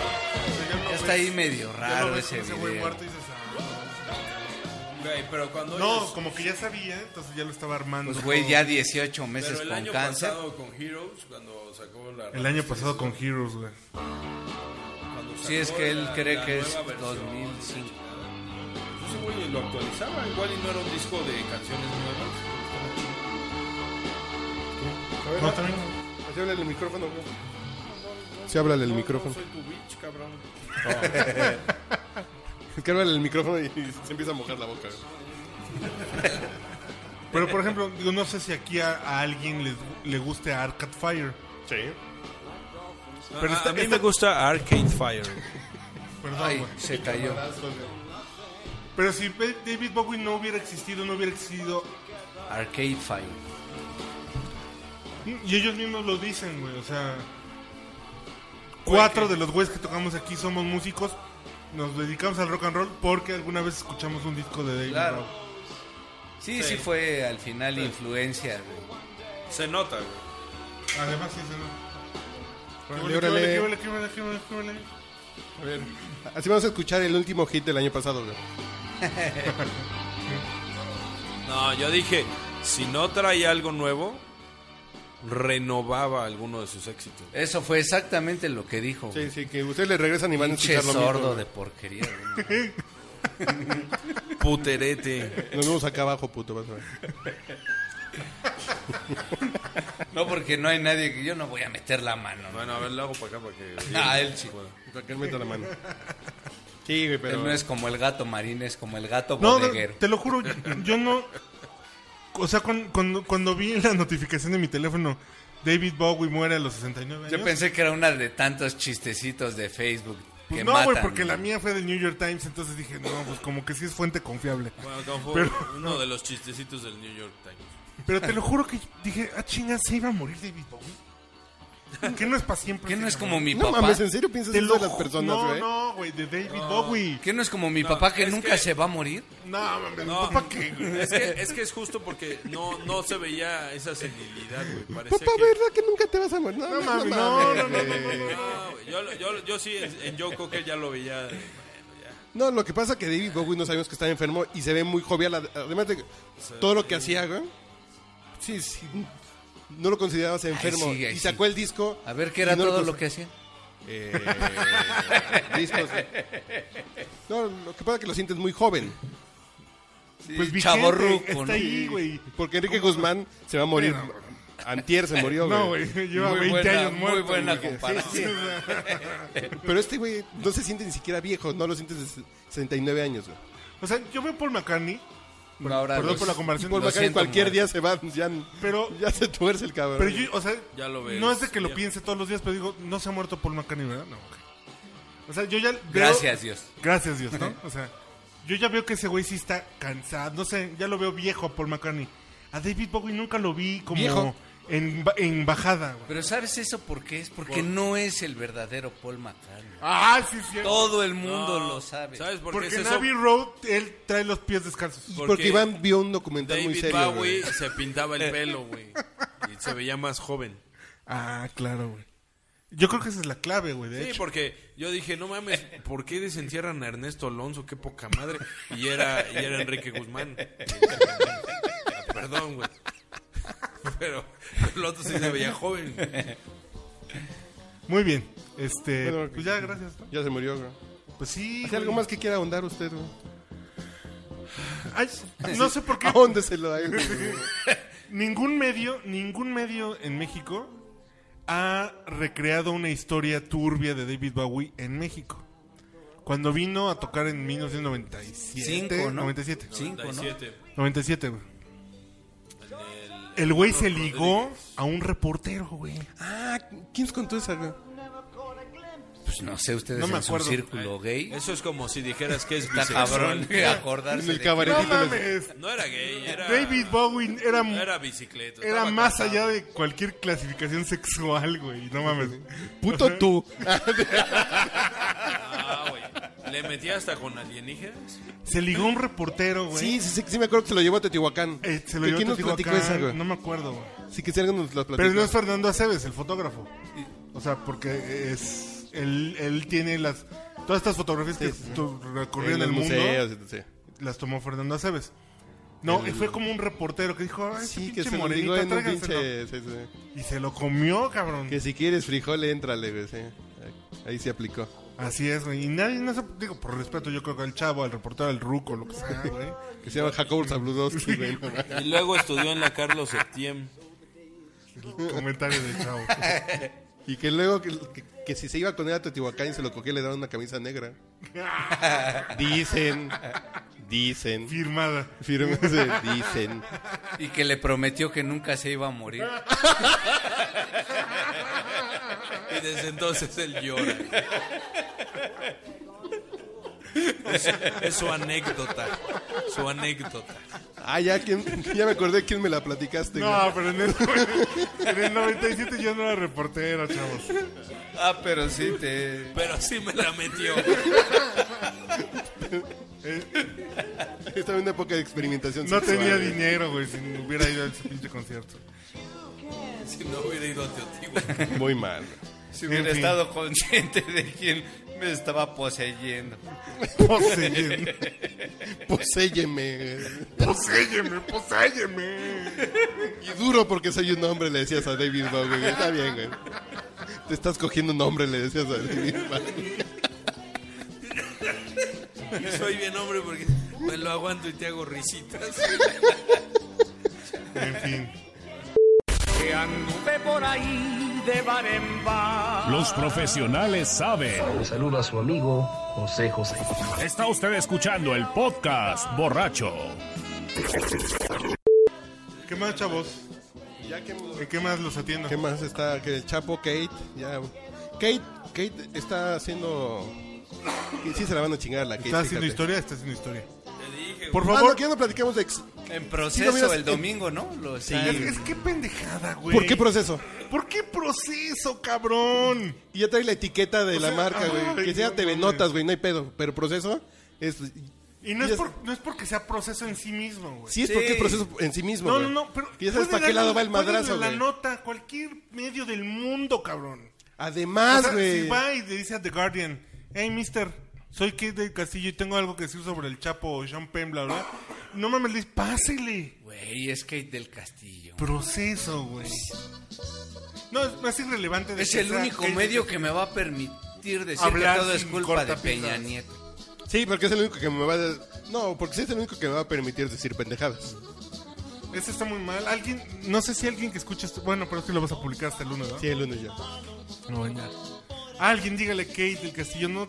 A: ya no
C: Ya está
A: ves-
C: ahí
A: ya
C: medio
A: no
C: raro
A: ves con
C: ese
A: güey
C: video.
A: muerto y dices, ah,
D: Güey, pero cuando
A: no,
D: ellos-
A: como que ya sabía, entonces ya lo estaba armando.
C: Pues güey, ya 18 meses
D: pero el
C: con
D: año
C: cáncer.
D: pasado con Heroes, cuando sacó la...
A: El año pasado con Heroes, güey.
D: cuando
C: Si
D: sacó
C: es que él
D: la-
C: cree
D: la
C: que es
D: nueva versión,
C: 2005.
D: Pues ese güey lo actualizaba, igual y no era un disco de canciones nuevas.
B: A ver,
A: No,
B: ah,
A: también.
B: así háblale el micrófono, güey. Sí, háblale el micrófono.
D: No soy tu bitch, cabrón.
B: Es que háblale el micrófono y se empieza a mojar la boca, güey.
A: Pero por ejemplo, digo, no sé si aquí a, a alguien le, le guste Arcade Fire.
B: Sí.
A: Pero
D: a,
A: está-
D: a mí
A: está-
D: me gusta Arcade Fire.
A: Perdón,
C: Ay,
A: güey.
C: se cayó.
A: Pero si Be- David Bowie no hubiera existido, no hubiera existido.
C: Arcade Fire.
A: Y ellos mismos lo dicen, güey. O sea, cuatro de los güeyes que tocamos aquí somos músicos. Nos dedicamos al rock and roll porque alguna vez escuchamos un disco de David
C: Claro.
A: Bowie.
C: Sí, sí fue al final influencia. güey.
D: Se nota, güey.
A: Además, sí, se no.
B: Órale, órale.
A: qué huele, qué huele, qué huele, qué huele.
B: A ver. Así vamos a escuchar el último hit del año pasado, güey.
D: No, yo dije, si no traía algo nuevo, renovaba alguno de sus éxitos.
C: Eso fue exactamente lo que dijo.
B: Sí, sí, que ustedes le regresan y van a
C: Pinche
B: escuchar lo mismo.
C: sordo
B: güey.
C: de porquería. güey.
D: Puterete.
B: Nos vemos acá abajo, puto, vas a ver.
C: No, porque no hay nadie que yo no voy a meter la mano. ¿no?
D: Bueno, a ver, lo hago para acá para que...
C: Ah, él sí.
B: Para que él meta la mano. Sí, güey, pero...
C: Él no es como el gato marín, es como el gato
A: No,
C: bodeguero.
A: te lo juro, yo no. O sea, cuando, cuando, cuando vi la notificación de mi teléfono, David Bowie muere a los 69 años.
C: Yo pensé que era una de tantos chistecitos de Facebook
A: Pues
C: que
A: no,
C: matan.
A: güey, porque la mía fue del New York Times, entonces dije, no, pues como que sí es fuente confiable.
D: Bueno, como fue
A: Pero-
D: uno de los chistecitos del New York Times.
A: Pero te lo juro que dije, ah, chinga, se iba a morir David Bowie. Que no es para siempre.
C: ¿Qué no es como mi
B: No
C: papá?
B: mames, ¿en serio piensas
A: Te
B: eso
A: lo
B: de las
A: ju-
B: personas,
A: No,
B: güey?
A: no, güey, de David Bowie.
C: ¿Qué no es como mi papá que
D: es
C: nunca
D: que-
C: se va a morir?
A: No, mames,
D: No.
A: ¿papá qué, güey?
D: Es que es, que es justo porque no, no se veía esa senilidad, güey. Parecía
B: Papá,
D: que...
B: ¿verdad que nunca te vas a morir? No,
A: No
B: no,
A: mames, no, no, no, no,
B: güey.
A: no, no.
D: No, güey, yo, yo, yo sí en, en Joe Cocker ya lo veía... de, bueno, ya.
B: No, lo que pasa que David Bowie no sabemos que está enfermo y se ve muy jovial. ad- Además de que todo lo que hacía, güey. Sí, sí. No lo considerabas enfermo.
C: sí, ay,
B: y sacó
C: sí.
B: el disco.
C: A ver qué
B: y
C: era
B: no
C: todo
B: cons-
C: lo que hacía.
B: Eh, discos. No, lo que pasa es que lo sientes muy joven.
A: Pues vigente,
C: chavorruco,
A: está
C: ¿no?
A: ahí, güey.
B: Porque Enrique Guzmán se va a morir. Antier se murió,
A: No,
B: güey.
A: güey, lleva
C: Muy
A: 20
C: buena-
A: años
C: muy
A: muerto.
C: buena
A: güey.
C: comparación.
A: Sí, sí, o sea,
B: Pero este güey no se siente ni siquiera viejo, no lo sientes de 69 años, güey.
A: o sea, yo veo Paul McCartney,
C: Por ahora
A: perdón
C: los-
A: por la comparación,
B: Paul
C: Lo
B: McCartney
C: siento,
B: cualquier
C: Mark.
B: día se va, ya,
A: Pero-
B: ya se tuerce el cabrón.
A: pero yo, o sea,
D: Ya lo ves,
A: no es de que lo
D: viejo.
A: piense todos los días, pero digo, no se ha muerto Paul McCartney, ¿verdad? No, ok. O sea, yo ya veo-
C: Gracias, Dios.
A: Gracias Dios, ¿no? O sea, yo ya veo que ese güey sí está cansado, no sé, ya lo veo viejo a Paul McCartney. A David Bowie nunca lo vi como
B: Viejo.
A: en, ba- en bajada, güey.
C: Pero ¿sabes eso por qué es? Porque no es el verdadero Paul McCartney.
A: Ah, sí, sí.
C: Todo el mundo lo sabe.
D: ¿Sabes por qué
A: Porque
D: es
A: en
D: eso?
A: Abbey Road él trae los pies descalzos.
B: porque,
D: porque
B: Iván vio un documental muy
D: David
B: serio.
D: Bowie
B: güey.
D: se pintaba
A: Eh.
D: el pelo, güey. Y se veía más joven.
A: Ah, claro, güey. Yo creo que esa es la clave, güey, de
D: Sí,
A: hecho.
D: porque yo dije, no mames, ¿por qué desentierran a Ernesto Alonso? Qué poca madre. Y era, y era Enrique Guzmán. Perdón, güey. Pero el otro sí se veía joven.
A: Muy bien. Este,
B: Bueno,
A: pues ya, gracias. ¿no?
B: Ya se murió, güey.
A: Pues sí.
B: ¿Hay algo
A: güey.
B: más que quiera ahondar usted, güey?
A: Ay, no sé por qué
B: Ahóndeselo a él, güey.
A: ningún medio, ningún medio en México ha recreado una historia turbia de David Bowie en México. Cuando vino a tocar en 1997,
C: Cinco, ¿no?
A: 97.
C: Cinco, ¿no?
D: 37.
A: 97, güey. El güey se ligó a un reportero, güey.
B: Ah, ¿quién nos contó esa, güey?
C: Pues no sé, ustedes
A: No me
C: en su
A: acuerdo.
C: círculo gay.
D: Eso es como si dijeras que es
C: Está cabrón
D: bisexual.
C: de acordarse.
B: En el
A: No
C: de-
B: cabaretito. les-
A: mames.
D: No era gay, era,
A: David Bowie era,
D: era bicicleta.
A: era
D: estaba
A: más
D: casado.
A: allá de cualquier clasificación sexual, güey. No mames.
B: Puto tú.
D: Ah, güey. Le metía hasta con alienígenas.
A: Se ligó a un reportero, güey.
B: Sí, sí, sí, sí me acuerdo que se lo llevó a Teotihuacán.
A: Eh, se lo llevó
B: ¿Pero ¿Quién
A: a
B: nos platicó
A: Teotihuacán,
B: esa, güey?
A: No me acuerdo, güey.
B: Sí, que si alguien nos la platicó.
A: Pero no es Fernando Aceves, el fotógrafo. O sea, porque es él, él tiene las todas estas fotografías que tu- recorrieron el mundo
B: sí.
A: las tomó Fernando Aceves. No, y fue como un reportero que dijo, ay, ese
B: Sí, que
A: pinche
B: se lo
A: morenito,
B: digo en un
A: tráiganselo".
B: pinche... sí, sí.
A: Y se lo comió, cabrón.
B: Que si quieres frijol, éntrale, güey, sí. Ahí se aplicó.
A: Así es, güey. Y nadie, no se, digo, por respeto, yo creo que al chavo, al reportero, al ruco, lo que sea, güey.
B: Que se llama Jacobo Zabludowski, güey. no mames.
D: Y luego estudió en la Carlos Septién.
A: El comentario del chavo.
B: Y que luego, que, que- que si se iba con él a Teotihuacán y se lo cogía, le daban una camisa negra. Dicen, dicen,
A: Firmada.
B: firmes, eh, dicen.
C: Y que le prometió que nunca se iba a morir.
D: Y desde entonces él llora. Es, es su anécdota. Su anécdota.
B: Ah, ya, ¿quién- ya me acordé quién me la platicaste, güey.
A: No, pero en el, en el 97 yo no era reportero, chavos.
C: Ah, pero sí te...
D: Pero sí me la metió.
B: Estaba en una época de experimentación
A: No
B: sexual,
A: tenía
B: güey.
A: dinero, güey, si no hubiera ido a ese pinche concierto.
D: Si no hubiera ido a Teotihuacán.
B: Muy mal. güey.
C: Si hubiera
A: En fin.
C: estado consciente de quién me estaba poseyendo.
A: Oh, Poséyeme,
B: Poséyeme.
A: poséyeme, poséyeme.
B: Y duro porque soy un hombre, le decías a David Bowie. güey. Está bien, güey. Te estás cogiendo un hombre, le decías a David Bowie.
D: Y soy bien hombre porque me lo aguanto y te hago risitas.
A: En fin.
E: Los profesionales saben.
G: Le saluda a su amigo José José.
E: Está usted escuchando el podcast borracho.
A: ¿Qué más, chavos? ¿En qué más los atiendo?
B: ¿Qué más está? Que el Chapo, Kate. Ya. Kate, Kate está haciendo. que Sí, se la van a chingar la Kate.
A: ¿Está haciendo
B: fíjate.
A: historia? Está haciendo historia.
D: dije,
A: Por
B: Ah, no,
A: favor.
B: que ya no platicamos de. ex-
C: En
B: Sí, lo miras-
C: proceso el domingo, ¿no? Lo está-
A: Es, es que pendejada, güey.
B: ¿Por qué proceso?
A: ¿Por qué proceso, cabrón?
B: Y ya trae la etiqueta de la
A: sea,
B: marca, güey.
A: ay,
B: que sea
A: no mames.
B: TV Notas, güey, no hay pedo. Pero proceso es.
A: Y no
B: Ya
A: es,
B: es-
A: por- no es porque sea proceso en sí mismo, güey.
B: Sí, es porque el proceso en sí mismo.
A: no, no,
B: güey.
A: no, pero.
B: Que ya sabes
A: puede
B: para qué
A: darle-
B: lado va el
A: puede darle
B: madrazo,
A: la
B: güey.
A: nota, cualquier medio del mundo, cabrón. O
B: Además,
A: sea,
B: güey.
A: si va y le dice a The Guardian, hey, mister, soy Kate del Castillo y tengo algo que decir sobre el Chapo o Sean Penn, bla, bla. No mames, Liz, pásele.
C: Güey, es Kate del Castillo.
A: Proceso, güey. No, es más irrelevante. de
C: Es
A: que
C: el
A: sea
C: único
A: Kate del
C: medio que me va a permitir decir
A: Hablar
C: que todo es
A: sin
C: culpa de
A: cortapisas.
C: Peña Nieto.
B: Sí, porque es el único que me va a... No, porque sí es el único que me va a permitir decir pendejadas.
A: Este está muy mal. Alguien, no sé si alguien que escucha esto. Bueno, pero es que lo vas a publicar hasta el lunes, ¿no?
B: Sí, el lunes ya.
A: No, venga. Alguien dígale Kate del Castillo. No.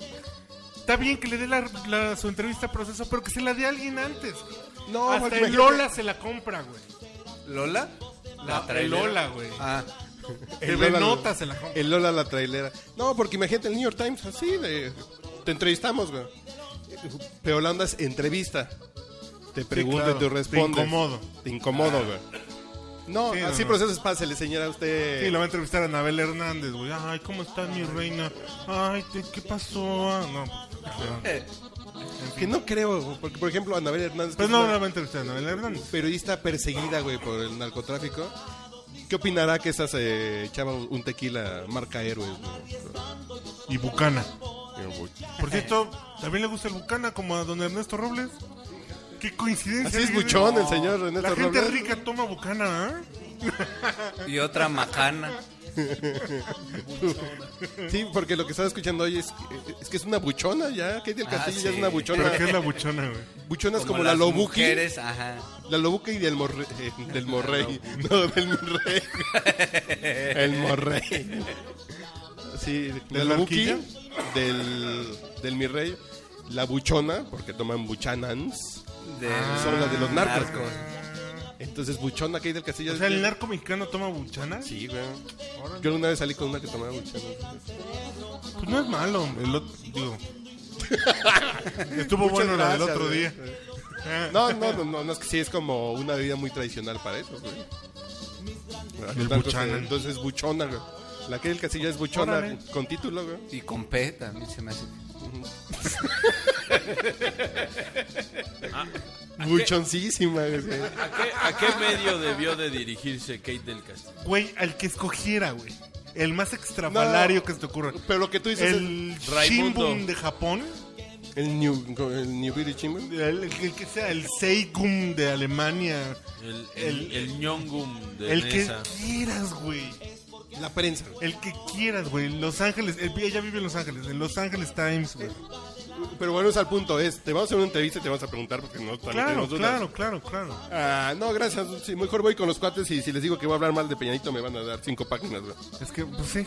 A: Está bien que le dé la, la- su entrevista a proceso, pero que se la dé a alguien antes.
B: No,
A: Hasta
B: porque
A: el
B: imagínate-
A: Lola se la compra, güey.
C: ¿Lola?
A: La, el
C: trailera.
A: Lola, güey.
C: Ah,
A: El
B: Lola la-
A: Benota se la compra.
B: El Lola la trailera. No, porque imagínate el New York Times así de... Te entrevistamos, güey. Peolanda es entrevista. Te pregunto
A: claro.
B: y
A: Te
B: tú respondes.
A: incomodo. Ah.
B: Te incomodo, güey. No,
A: Sí, no,
B: así
A: no.
B: proceso es fácil, señora, usted...
A: Sí, lo va a entrevistar a Anabel Hernández, güey. Ay, ¿cómo está mi reina? Ay, te- ¿qué pasó? Ah, No.
C: eh,
B: Que no creo, güey, porque por ejemplo Anabel Hernández... que
A: Pues
B: es
A: no,
B: una-
A: no va a entrevistar a Anabel Hernández.
B: periodista perseguida, güey, por el narcotráfico. ¿Qué opinará que esas eh, echaba un un tequila marca héroes, güey?
A: Y Bucana.
B: Yo voy.
A: Por cierto, también le gusta el Bucana como a don Ernesto Robles. Qué coincidencia.
B: Así es
A: Miguel.
B: buchón el señor Ernesto
A: La gente
B: Robles.
A: rica toma Bucana, ¿eh?
C: y otra macana.
B: Sí, porque lo que estaba escuchando hoy es, que- eh, es que es una buchona ya. Katie del
C: Ah,
B: Castillo ya es
C: sí.
B: una
A: Pero
B: buchona.
A: ¿qué es la buchona, güey?
B: Buchona es como, la
C: las
B: lobuki.
C: mujeres, ajá.
B: La lobuca y del, morre, eh, del morrey. No, del morrey. El morrey. Sí,
A: ¿De
B: del
A: la
B: lobuki,
A: horquilla?
B: del, del mi rey. La buchona, porque toman buchanans.
C: De
B: Son las de los narcos. Entonces, buchona que hay del castillo.
A: O sea, el narco mexicano toma buchana.
B: Sí, güey. Yo alguna vez salí con una que tomaba buchana.
A: Pues no es malo, hombre. El otro, digo. Estuvo
B: Muchas
A: bueno la del
B: gracias, eh.
A: otro
B: güey.
A: día.
B: No, no, no, no, no, es que sí, es como una bebida muy tradicional para eso, güey.
A: El
B: Entonces,
A: buchanan.
B: Entonces, buchona, güey. La que del castillo es buchona,
A: Órale.
B: con título, güey.
C: Y con P también se me hace.
A: Ah,
B: Buchoncísima, güey.
D: ¿A qué, a qué medio debió de dirigirse Kate del Castillo?
A: Güey, al que escogiera, güey. El más extravalario
B: No.
A: que se te ocurra.
B: Pero lo que tú dices
A: El
D: Raimundo.
A: Shimbun de Japón.
B: es el New, el new Beauty Chimble.
A: El, el que sea el Seigum de Alemania.
D: El, el, el ñongum de
A: El que
D: Nesa.
A: quieras, güey.
B: La prensa. güey.
A: El que quieras, güey. Los Ángeles. el- ella vive en Los Ángeles. En Los Ángeles Times, güey.
B: Pero volvemos al punto, es, te vamos a hacer una entrevista y te vas a preguntar porque no también
A: Claro,
B: tenemos dudas.
A: claro, claro, claro.
B: Ah, no, gracias. Sí, mejor voy con los cuates y si les digo que voy a hablar mal de Peñanito me van a dar cinco páginas, güey.
A: Es que, pues sí.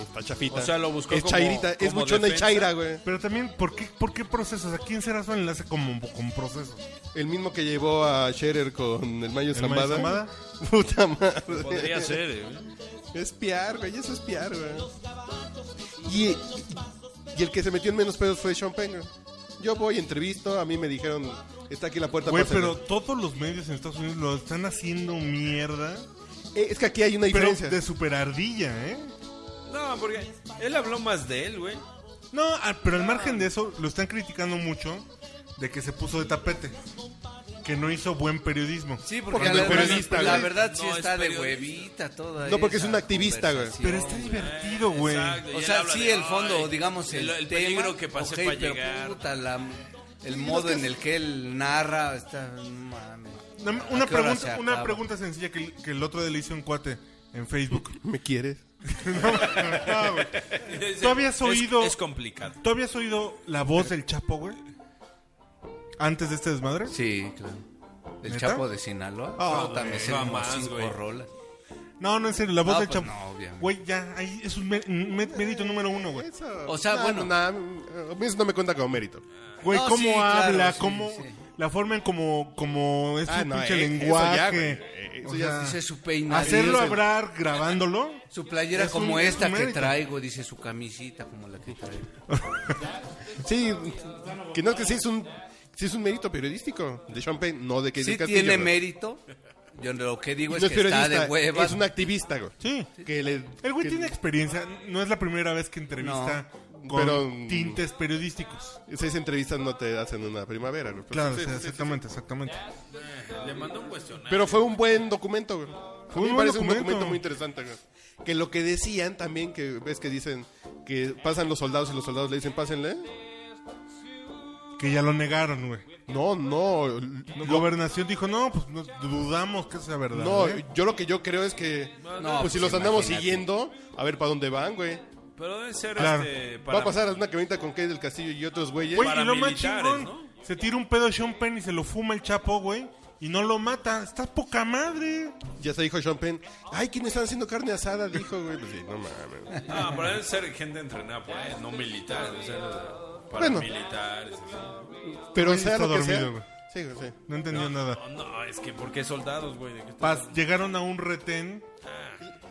B: Está chafita.
D: O sea, lo buscó
B: Es
D: como-
B: chairita, es
D: como
B: buchona y
D: defensa.
B: chaira, güey.
A: Pero también, ¿por qué, por qué procesos? ¿A quién será su enlace como con procesos?
B: El mismo que llevó a Scherer con el Mayo
A: ¿El Mayo
B: Zambada.
A: Zambada?
B: Puta madre.
D: Podría ser, ¿eh?
B: Es piar, güey, eso es piar, güey. Y, y- y el que se metió en menos pedos fue Sean Penn, güey. Yo voy, entrevisto, a mí me dijeron, está aquí la puerta.
A: Güey,
B: pásale.
A: pero todos los medios en Estados Unidos lo están haciendo mierda.
B: Eh, es que aquí hay una
A: Pero
B: diferencia.
A: de super ardilla, ¿eh?
D: No, porque él habló más de él, güey.
A: No, ah, pero al margen de eso, lo están criticando mucho de que se puso de tapete. Que no hizo buen periodismo.
C: Sí, porque,
B: Porque
C: la,
B: es
C: verdad-
B: periodista,
C: la
B: güey.
C: verdad sí
D: No, es
C: está de
D: periodista.
C: huevita toda.
B: No, porque es
C: esa
B: un activista, güey.
C: conversación.
A: Pero está divertido, güey.
D: Exacto, y
C: O
D: él
C: sea,
D: habla
C: sí,
D: de,
C: el fondo,
D: "Ay,
C: digamos, el,
D: el, el
C: tema,
D: peligro que pasé
C: ok,
D: para
C: pero
D: llegar.
C: puta, la- el modo en el que él narra está. no mames.
A: Dame
C: ¿A
A: Una
C: qué hora
A: pregunta,
C: se
A: una
C: acaba?
A: pregunta sencilla que, que el otro día le hice a un cuate en Facebook.
B: ¿Me quieres?
A: No, güey. ¿Tú habías
D: Es-
A: oído-
D: Es, complicado.
A: ¿Tú habías oído la voz del Chapo, güey? Antes de este desmadre.
C: Sí, claro. El
A: ¿Neta?
C: Chapo de Sinaloa.
A: Ah,
C: Puta, me sé
D: no
C: como
D: más,
C: cinco
D: güey.
C: rolas.
A: No, no, en serio, la voz
C: No,
A: del
C: pues
A: Chapo.
C: no, obviamente.
A: Güey, ya, ahí es un mé- un mé- mérito número uno, güey.
C: O sea,
B: No,
C: bueno.
B: no, no, a mí eso no me cuenta como mérito.
A: Güey,
C: No,
A: cómo
C: sí, claro,
A: habla,
C: sí,
A: cómo.
C: sí.
A: La forma en como, como es
B: Ah,
A: su
B: no,
A: pinche
B: eh, eso ya, güey,
A: lenguaje.
B: eh,
A: O
B: eso ya
A: sea,
C: Dice su peinado.
A: Ah. hacerlo hablar grabándolo.
C: Su playera
A: Es
C: como
A: un- es
C: esta
A: un
C: que
A: mérito.
C: traigo, dice su camisita como la que traigo.
B: Sí, que no, que sí es un, sí es un mérito periodístico de Sean Penn, no de Katie
C: Sí
B: del Castillo.
C: tiene
B: güey.
C: mérito. Yo lo que digo
B: No
C: es
B: es
C: que está
B: periodista,
C: de hueva.
B: es un activista, güey.
A: Sí.
B: Que le-
A: El güey
B: que-
A: tiene experiencia. No es la primera vez que entrevista con
B: pero-
A: tintes periodísticos.
B: Seis entrevistas no te hacen una primavera, Pues güey. Pero-
A: Claro, o sea, exactamente, exactamente.
D: Le mandó un cuestionario.
B: Pero fue un buen documento, güey. A mí
A: un
B: me
A: buen
B: parece un
A: documento.
B: documento muy interesante, güey. Que lo que decían también, que ves que dicen que pasan los soldados y los soldados le dicen pásenle.
A: que ya lo negaron, güey.
B: No, no.
A: La
B: No,
A: Gobernación dijo, no, pues no, dudamos que sea verdad. ¿eh?"
B: no,
A: güey".
B: yo lo que yo creo es que.
C: No,
B: pues si
C: pues
B: los andamos
C: imagínate.
B: siguiendo, a ver para dónde van, güey.
D: Pero deben ser
A: Claro. pues,
D: este,
B: Va a pasar una camioneta con Kate del Castillo y otros güeyes.
A: Güey, y lo más
D: paramilitares,
A: chingón,
D: ¿no?
A: se tira un pedo a Sean Penn y se lo fuma el chapo, güey. Y no lo mata. Estás poca madre.
B: Ya se dijo Sean Penn. Ay, ¿quiénes están haciendo carne asada? Dijo, güey. Pues sí, no mames. güey.
D: Ah, pero deben ser gente entrenada por ahí, no militares, deben ser
B: Bueno.
D: paramilitares. así.
B: Pero
A: Güey,
B: sea
A: está
B: lo que sea.
A: dormido, güey.
B: Sí, güey, sí.
A: No entendió nada.
D: No, no, es que ¿por qué soldados, güey? ¿De qué estás
A: Pas- llegaron a un retén.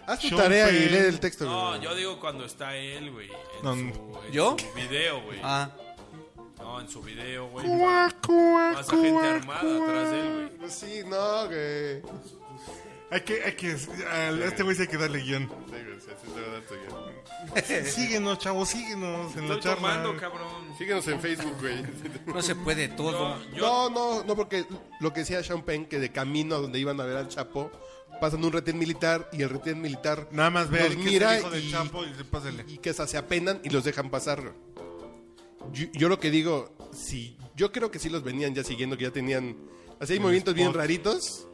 B: Haz tu
A: Sean
B: tarea y
A: Penn.
B: lee el texto, güey.
D: No, yo digo cuando está él, güey. en
A: No,
D: su-
A: no.
D: en
C: ¿Yo?
D: su video, güey.
C: Ah,
D: No, en su video, güey.
A: Cuá, cuá,
D: Pasa gente
A: cuá,
D: armada
A: cuá.
D: atrás de él, güey.
B: Pues sí, no, güey.
A: Hay que, hay que, a este güey sí hay que darle guión. Síguenos, chavos, síguenos en la
D: Estoy
A: charla.
D: tomando, cabrón.
B: Síguenos en Facebook, güey.
C: no se puede todo.
D: No, yo,
B: No, no, no, porque lo que decía Sean Penn, que de camino a donde iban a ver al Chapo, pasan un retén militar y el retén militar
A: Nada más ve
B: los
A: el que es
B: mira
A: el hijo del
B: y,
A: Chapo y se pásale.
B: y que hasta se apenan y los dejan pasar. güey. Yo, yo lo que digo, si yo creo que sí los venían ya siguiendo, que ya tenían, así hay movimientos bien raritos,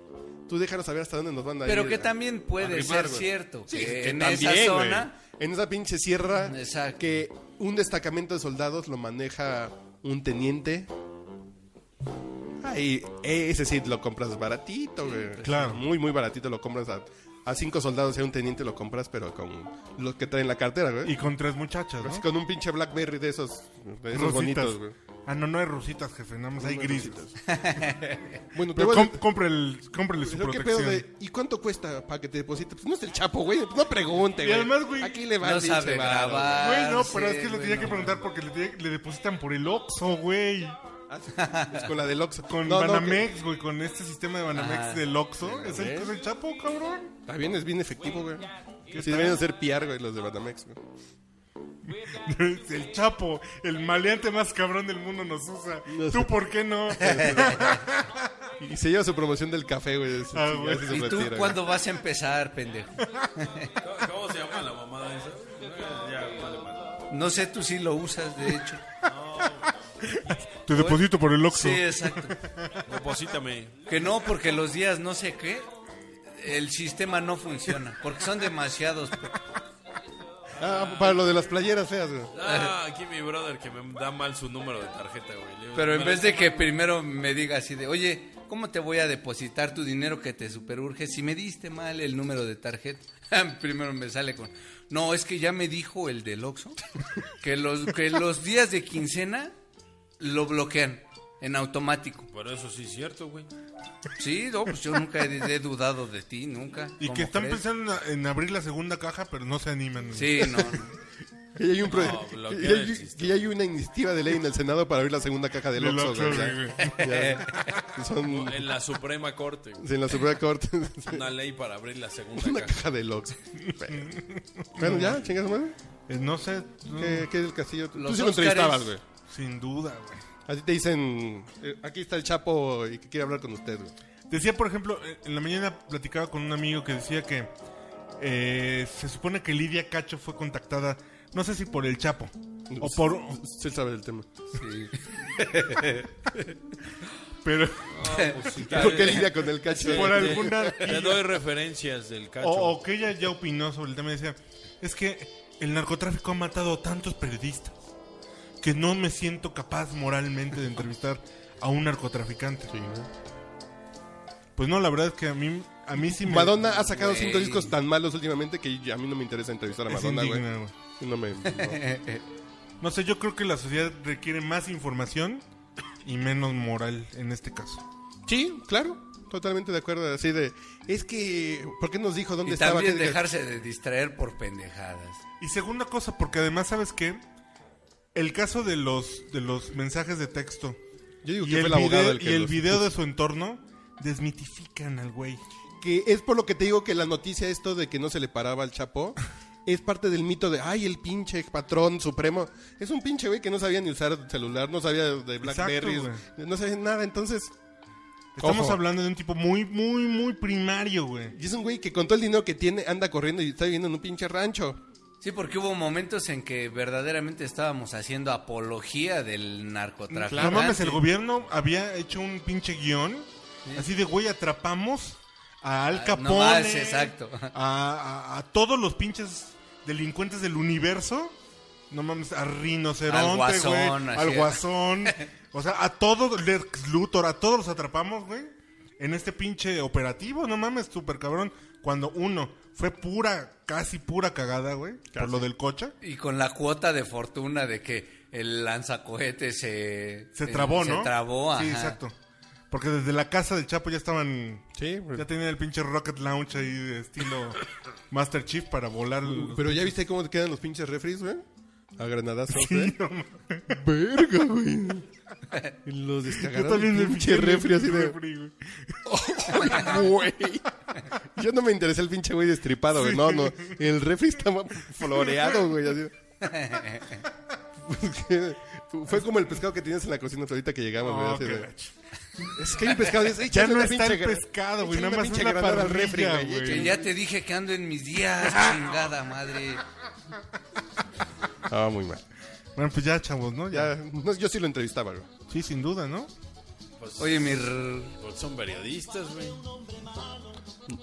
B: tú déjanos saber hasta dónde nos van a ir.
C: Pero que
B: güey.
C: también puede
B: Arrimar,
C: ser
B: güey.
C: cierto.
B: Sí,
C: que
B: que
C: en
B: también,
C: esa
B: güey.
C: zona.
B: En esa pinche sierra.
C: Exacto.
B: Que un destacamento de soldados lo maneja un teniente. Ay, ese sí lo compras baratito, güey.
C: pues
A: Claro.
B: Muy, muy baratito lo compras a, a cinco soldados y a un teniente lo compras, pero con los que traen la cartera, güey.
A: Y con tres muchachas,
B: Así
A: ¿no?
B: con un pinche Blackberry de esos, de
A: Rositas.
B: esos bonitos, güey.
A: Ah, no, no hay rositas, jefe, nada más hay grises.
B: Bueno, te
A: Pero
B: voy a
A: com- cómprele, cómprele su
B: Pero qué pedo
A: protección.
B: de, ¿y cuánto cuesta para que te deposite? Pues no es el chapo, güey. No pregunte,
A: Y
B: güey.
A: además, güey,
B: Aquí le va
C: No
B: el pinche
C: sabe
B: varo, güey.
C: grabar.
A: Güey,
B: Ah,
A: no, pero es que lo
C: güey,
A: tenía que
C: no.
A: preguntar porque le, tiene- le depositan por el Oxxo, güey.
B: Es con la del Oxxo.
A: Con
B: No, no, que- Ah,
A: Banamex, güey, con este sistema de Banamex
C: Ajá.
A: del Oxxo. Es el,
B: Banamex.
A: es el chapo, cabrón.
B: También es Ah, bien efectivo, güey.
A: ¿Qué
B: Si
A: tal?
B: deberían hacer PR, güey, los de Banamex, güey.
A: Es el chapo, el maleante más cabrón del mundo nos usa.
B: No sé.
A: ¿Tú por qué no?
B: Y se lleva su promoción del café, güey.
A: Ah, güey.
B: se
C: ¿Y tú
B: retira, güey.
C: cuándo vas a empezar, pendejo?
D: ¿cómo se llama la mamada esa? Eh, Ya, vale, vale.
C: No sé tú si lo usas, de hecho.
A: Te deposito por el Oxxo.
C: Sí, exacto.
D: Deposítame.
C: Que no, porque los días no sé qué, el sistema no funciona. Porque son demasiados.
B: Ah, para lo de las playeras feas, güey.
D: Ah, aquí mi brother que me da mal su número de tarjeta, güey. Le digo,
C: Pero en
D: "Mira,
C: vez de que primero me diga así de, oye, ¿cómo te voy a depositar tu dinero que te superurge si me diste mal el número de tarjeta? primero me sale con, no, es que ya me dijo el del Oxxo que los, que los días de quincena lo bloquean en automático.
D: Pero eso sí es cierto, güey.
C: Sí, no, pues yo nunca he, he dudado de ti, nunca.
A: Y
C: ¿Cómo
A: que están
C: crees?
A: pensando en- en abrir la segunda caja, pero no se animan.
C: Sí, no. no.
B: Y hay, un pro-
D: No, bloquear
B: y hay-
D: el sistema.
B: y hay una iniciativa de ley en el Senado para abrir la segunda caja del
A: Del
B: Oxxo,
A: Oxxo,
B: güey. ya. Ya. Son
D: En la Suprema Corte, güey.
B: en la Suprema Corte.
D: Una ley para abrir la segunda
B: Una
D: caja.
B: caja del Oxxo. Bueno, ya, chingas, madre.
A: Eh, No sé, no,
B: ¿Qué, qué es el castillo? Tú
C: Mm. Los
B: sí lo
C: Óscares.
B: entrevistabas, güey.
A: sin duda, güey.
B: A ti te dicen, eh, aquí está el Chapo y que quiere hablar con usted, güey.
A: Decía, por ejemplo, eh, en la mañana platicaba con un amigo que decía que eh, se supone que Lidia Cacho fue contactada, no sé si por el Chapo o por.
B: Sí sabe del tema.
A: Pero
B: ¿Por qué lidia con el cacho?
A: por alguna.
D: Te doy referencias del cacho.
A: O,
B: Oh,
A: o que ella ya opinó sobre el tema y decía: Es que el narcotráfico ha matado a tantos periodistas que no me siento capaz moralmente de entrevistar a un narcotraficante. Pues no, la verdad es que a mí, a mí sí me.
B: Madonna ha sacado cinco
C: Güey.
B: discos tan malos últimamente que yo- a mí no me interesa entrevistar a
A: es
B: Madonna, güey.
A: indigna, güey.
B: No me. no.
A: No sé, yo creo que la sociedad requiere más información y menos moral en este caso.
B: Sí, claro. Totalmente de acuerdo. Así de. Es que. ¿Por qué nos dijo dónde
C: Y
B: estaba?
C: también
B: ¿Qué-
C: dejarse de distraer por pendejadas.
A: Y segunda cosa, porque además, ¿sabes qué? El caso de los, de los mensajes de texto
B: Yo digo
A: y
B: que
A: el,
B: fue el abogado
A: video,
B: el que.
A: y el
B: los-
A: video de su entorno desmitifican al güey.
B: Que es por lo que te digo que la noticia, esto de que no se le paraba al Chapo. Es parte del mito de, ay, el pinche patrón supremo. Es un pinche güey que no sabía ni usar celular, no sabía de Blackberry,
A: güey.
B: no sabía nada. Entonces,
A: Estamos
B: Ojo.
A: hablando de un tipo muy, muy, muy primario, güey.
B: Y es un güey que con todo el dinero que tiene anda corriendo y está viviendo en un pinche rancho.
C: Sí, porque hubo momentos en que verdaderamente estábamos haciendo apología del narcotráfico.
A: No mames, el gobierno había hecho un pinche guión así de, güey, atrapamos a Al
C: Ah,
A: Capone,
C: nomás, exacto.
A: A, a- a todos los pinches delincuentes del universo, no mames, a Rinoceronte,
C: Al Guasón,
A: güey,
C: así
A: al
C: es.
A: Guasón, o sea, a todos, Lex Luthor, a todos los atrapamos, güey, en este pinche operativo, no mames, súper cabrón, cuando uno fue pura, casi pura cagada, güey, por lo del coche.
C: Y con la cuota de fortuna de que el lanzacohete se... eh,
D: Eh,
A: Se trabó, ¿no?
C: Se trabó,
A: Sí,
C: ajá.
A: exacto. Porque desde la casa del Chapo ya estaban.
B: Sí,
A: Ya tenían el pinche Rocket Launch ahí de estilo Master Chief para volar. los-
B: Pero ya viste cómo quedan los pinches refries, güey. A granadazos, güey. Verga, güey. Los
A: Yo
B: descargaron.
A: también
B: el
A: me
B: pinche
A: pinche
B: refri así de.
A: refri, güey.
B: Güey. Yo no me interesé el pinche güey destripado, güey. No, no. El refri estaba floreado, güey. Así. Porque Fue como el pescado que tenías en la cocina ahorita que llegamos, güey.
A: Oh,
B: así
A: qué
B: de,
A: gacho.
B: Es que hay un pescado. dices,
A: Ya
B: "Échale
A: no
B: una
A: está el
B: pinche gra-
A: pescado, güey.
B: échale
A: Nada
B: una
A: más es
B: pinche
A: la
B: granada al
A: parrilla,
B: refri, güey,
A: güey.
B: échale".
C: Que ya te dije que ando en mis días, chingada madre.
B: Ah, muy mal.
A: Bueno, pues ya, chavos, ¿no? Ya.
B: Ya, no, yo sí lo entrevistaba, güey.
A: Sí, sin duda, ¿no?
C: Oye, mi... r-
D: Pues son periodistas, güey.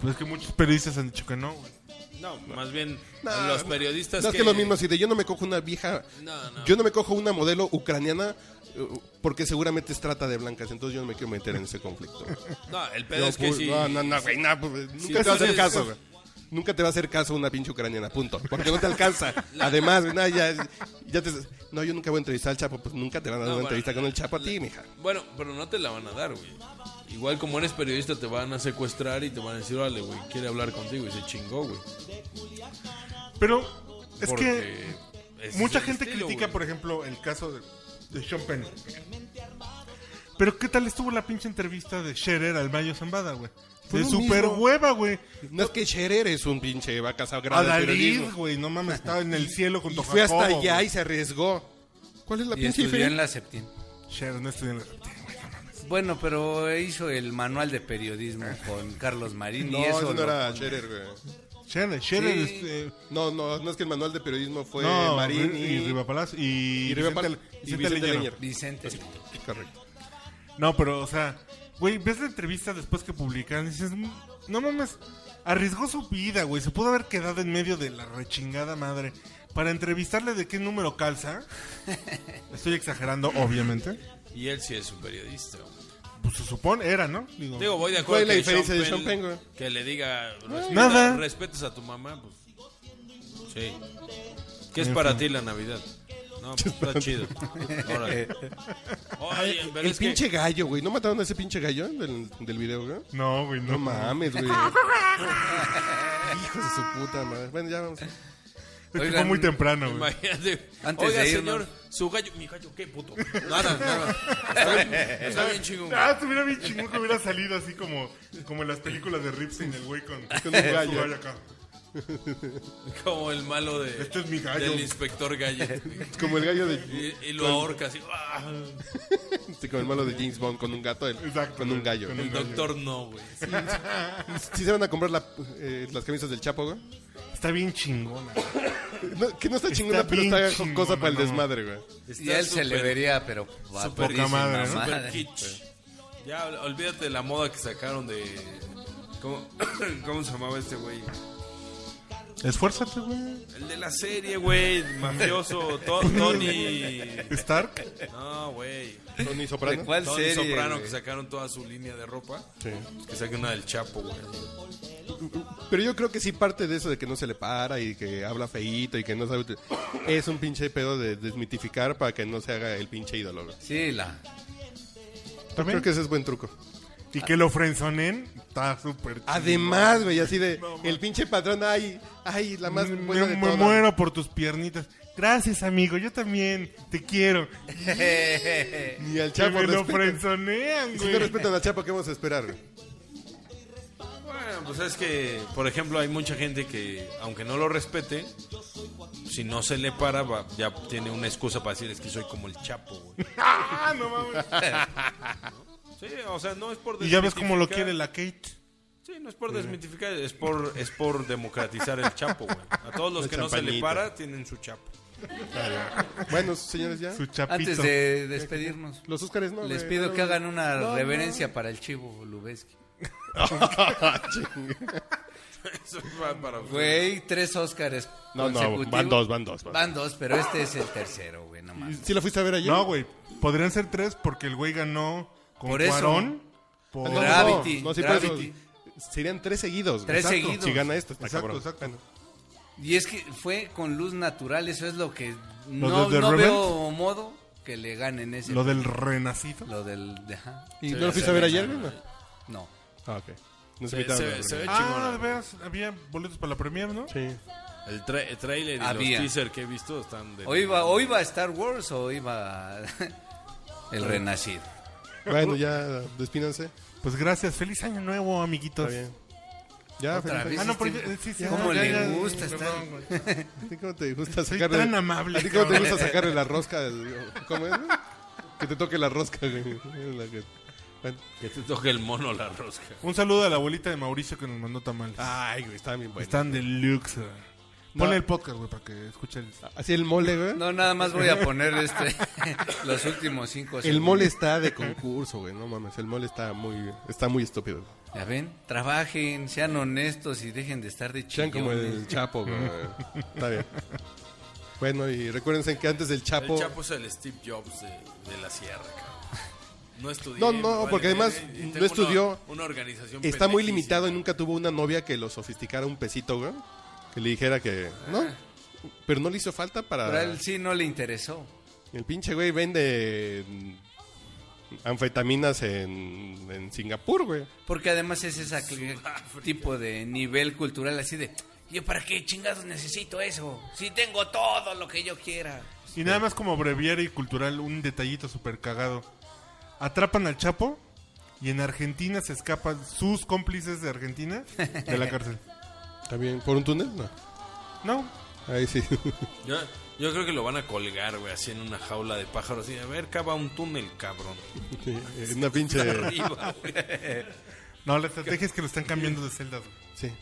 A: Pues es que muchos periodistas han dicho que no, güey.
D: No, más bien
B: No,
D: los periodistas
B: No, es que lo mismo, si de yo no me cojo una vieja,
D: No, no.
B: yo no me cojo una modelo ucraniana eh, porque seguramente es trata de blancas, entonces yo no me quiero meter en ese conflicto.
D: No, el pedo
B: Yo,
D: es que
B: pues,
D: sí.
B: No, no, no, güey, no, pues, nunca
D: Si
B: te va a hacer
D: entonces-
B: caso, güey. Nunca te va a hacer caso una pinche ucraniana, punto. Porque no te alcanza. Además, güey, no, ya, ya te- no, yo nunca voy a entrevistar al Chapo, pues nunca te van a dar
D: No,
B: una
D: bueno,
B: entrevista con el Chapo a ti, mija.
D: Bueno, pero no te la van a dar, güey. Igual como eres periodista te van a secuestrar y te van a decir, vale, güey, quiere hablar contigo y se chingó, güey.
A: Pero es que
D: Porque ese
A: Mucha
D: es el
A: gente
D: estilo,
A: critica,
D: güey.
A: por ejemplo, el caso de, de Sean Penn. Pero ¿qué tal estuvo la pinche entrevista de Scherer al Mayo Zambada, güey?
B: Fue
A: De
B: lo
A: super
B: mismo.
A: hueva, güey.
B: No es que Scherer es un pinche vaca sagrada.
A: A Dalí,
B: del periodismo.
A: güey, no mames, estaba en el cielo con
B: Y
A: Jacobo.
B: fue hasta allá y se arriesgó. ¿Cuál es la
C: Y
B: pinche
C: estudió
B: diferencia?
C: en la Septim.
A: Scherer no estudió en la...
C: Bueno, pero hizo el manual de periodismo con Carlos Marín
B: No,
C: y eso...
B: eso no
C: lo-
B: era Scherer, güey.
A: Scherer, Scherer,
C: Sí.
A: este,
B: No, no, no es que el manual de periodismo fue
A: no,
B: Marín
A: y,
B: y,
A: Riva Palacio y,
B: y Riva Pal-
A: Vicente-
B: y
A: Vicente
B: Vicente
A: Leñero.
B: Leñero.
C: Vicente.
B: Correcto.
A: No, pero, o sea, güey, ves la entrevista después que publican y dices, no mames, arriesgó su vida, güey, se pudo haber quedado en medio de la rechingada madre para entrevistarle de qué número calza. Estoy exagerando, obviamente.
D: Y él sí es un periodista, güey.
A: Pues se supone, era, ¿no? Digo,
D: Digo, voy de
B: ¿Cuál
D: acuerdo
B: es la
D: que
B: diferencia de Sean Penn, güey?
D: Que le diga, respeta-
A: nada.
D: respetas a tu mamá, pues. Sí. ¿Qué es para ti la Navidad? No, pues está chido. Órale. Oye, pero
B: El
D: es que-
B: pinche gallo, güey. ¿No mataron a ese pinche gallo del, del video, güey?
A: no, güey, no,
B: No
A: mames.
B: mames, güey. Hijos de su puta madre. Bueno, ya vamos.
A: Es que fue
C: Oigan,
A: muy temprano, güey.
D: Imagínate.
C: Antes
D: Oiga,
C: de irnos.
D: señor, su gallo. Mi gallo, ¿qué puto? Nada, nada. Está bien, está bien chingón.
A: Ah, estuviera bien chingón que hubiera salido así como, como en las películas de Ripstein, el güey con, con
B: un gallo.
A: su acá.
D: Como el malo de,
A: Este es mi gallo.
D: del inspector gallo.
B: Como el gallo de,
D: Y, y lo ahorca así. ¡ah!
B: sí, como el malo de James Bond con un gato, el-
A: Exacto,
B: con un gallo.
A: con
D: El doctor no, güey.
B: ¿Sí se van a comprar la- eh, las camisas del Chapo, güey?
A: Está bien chingona.
B: No, que no está
A: Está
B: chingona, pero
A: bien
B: está
A: chingona,
B: cosa para el
A: no.
B: desmadre, güey.
C: Y a él se le
D: súper-
C: vería, pero...
A: poca
C: guaperísima
A: madre, ¿no?
D: Super kitsch. Ya, ol- olvídate de la moda que sacaron de. ¿Cómo, cómo se llamaba este güey?
A: Esfuérzate, güey.
D: El de la serie, güey. Mafioso. To- Tony.
A: Stark.
D: No, güey.
B: Tony
C: ¿De
B: Soprano.
C: cuál
D: Tony
C: serie?
D: Soprano,
C: güey?
D: que sacaron toda su línea de ropa.
B: Sí.
D: Pues que saquen una del Chapo, güey.
B: Pero yo creo que sí parte de eso de que no se le para y que habla feíto y que no sabe... ut- Es un pinche pedo de desmitificar para que no se haga el pinche ídolo. güey.
C: Sí, la...
A: También.
B: Creo que ese es buen truco.
A: Y que lo frenzonen, está súper chido.
B: Además, güey, así de... el pinche patrón, ay, ay, la más
A: me,
B: buena de
A: me
B: todas.
A: muero por tus piernitas. Gracias, amigo, yo también. Te quiero.
B: Ni
A: Que
B: al Chapo
A: me lo
B: respetan.
A: frenzonean,
B: Si no
A: güey.
B: respetan al Chapo, ¿qué vamos a esperar? güey?
D: Bueno, pues es que, por ejemplo, hay mucha gente que, aunque no lo respete, si no se le para, va- ya tiene una excusa para decir es que soy como el Chapo, güey.
A: Ah, no mames.
D: Sí, o sea, no es por
A: Y ya ves cómo lo
D: desmitificar.
A: quiere la Kate.
D: Sí, Sí, no es por desmitificar, es por, es por democratizar el chapo, güey. A todos los
B: El
D: que no se le
B: champañito.
D: para tienen su chapo.
B: Bueno, señores, ya.
A: Su chapito.
C: Antes de despedirnos,
B: Los Óscares no.
C: les
B: güey,
C: pido
B: no,
C: que
B: no.
C: hagan una reverencia para el chivo Lubeski.
B: Chinga.
D: Eso va para
C: Güey, tres Óscares.
B: No, no,
C: consecutivos.
B: van dos, van dos. Van.
C: Van dos, pero este es el tercero, güey, no mames.
B: ¿Sí la fuiste a ver ayer?
A: No, güey. Podrían ser tres porque el güey ganó con
C: Por eso.
A: Cuarón.
B: Ah,
A: Por...
B: no, no,
C: Gravity,
B: No, sí, por eso.
C: Gravity.
B: Serían tres seguidos. güey.
C: Tres
B: Exacto.
C: seguidos.
B: Si gana esto, está
A: Exacto,
B: cabrón.
A: exacto.
B: Bueno,
C: Y es que fue con luz natural, eso es lo que
A: Lo
C: no,
A: de The
C: no
A: Revenant.
C: veo modo que le ganen ese.
A: Lo del renacido.
C: Lo del... de- ajá.
B: ¿Y
D: Sí,
B: no lo fuiste
D: se
B: a ver
D: ve
B: ayer?
D: chingón.
B: güey?
C: No.
B: Ah, ok. Nos
D: Se-
B: invitaron.
D: se-
B: güey.
D: se ve
A: Ah,
D: chingón.
A: de veras, había boletos para la premier, ¿no?
B: Sí.
D: El, tra- el trailer y
C: Había.
D: los teaser que he visto están de.
C: O iba, o iba a Star Wars o iba a- el Renacido.
B: Bueno, ya despídanse.
A: Pues gracias, feliz año nuevo, amiguitos.
B: Está bien. Ya,
C: Otra
B: feliz
C: vez.
A: Ah, no, porque
C: Este-
A: eh, sí, sí,
C: ¿Cómo
A: ya,
C: le
A: ya,
C: gusta estar-
A: perdón, güey.
B: ¿A ti cómo te gusta
A: Soy
B: sacarle-
A: tan amable,
B: ¿A ti cómo te
A: cabrón.
B: gusta sacarle la rosca? del- ¿Cómo es? güey? Que te toque la rosca, güey. La que- Bueno.
D: Que te toque el mono la rosca.
A: Un saludo a la abuelita de Mauricio que nos mandó tamales.
B: Ay, güey, está bien Ah, bueno.
A: Están de luxe. güey.
B: No.
A: Ponle el podcast, güey, para que escuchen.
B: Así el mole, güey.
C: No, nada más voy a poner este los últimos cinco
B: El
C: segundos.
B: mole está de concurso, güey. No mames, el mole está muy, está muy estúpido.
C: ¿Ya ven? Trabajen, sean honestos y dejen de estar de
B: Sean como el
C: chillones.
B: Chapo, güey. Está bien. Bueno, y recuérdense que antes del
D: El
B: Chapo.
D: Chapo es el Steve Jobs de, de la sierra, cabrón. No estudió.
B: No, no, porque además no estudió.
D: Una, organización.
B: Está muy
D: pendejísima.
B: limitado y nunca tuvo una novia que lo sofisticara un pesito, güey. Que le dijera que. No. Pero no le hizo falta
C: Pero a
B: para.
C: él sí no le interesó.
B: El pinche güey vende. Anfetaminas en, en Singapur, güey.
C: Porque además es ese tipo de nivel cultural así de, ¿yo para qué chingados necesito eso? Si tengo todo lo que yo quiera.
B: pues
A: Y nada más como breviario y cultural, un detallito súper cagado. Atrapan al Chapo y en Argentina se escapan sus cómplices de Argentina de la cárcel.
B: Está bien. ¿Por un túnel? No.
A: No,
B: Ahí sí.
D: Yo, yo creo que lo van a colgar, güey, así en una jaula de pájaros. Así, a ver, cava un túnel, cabrón.
B: Sí, Una pinche.
D: Arriba, güey.
A: no, la estrategia es que lo están cambiando de celdas. güey.
B: Sí.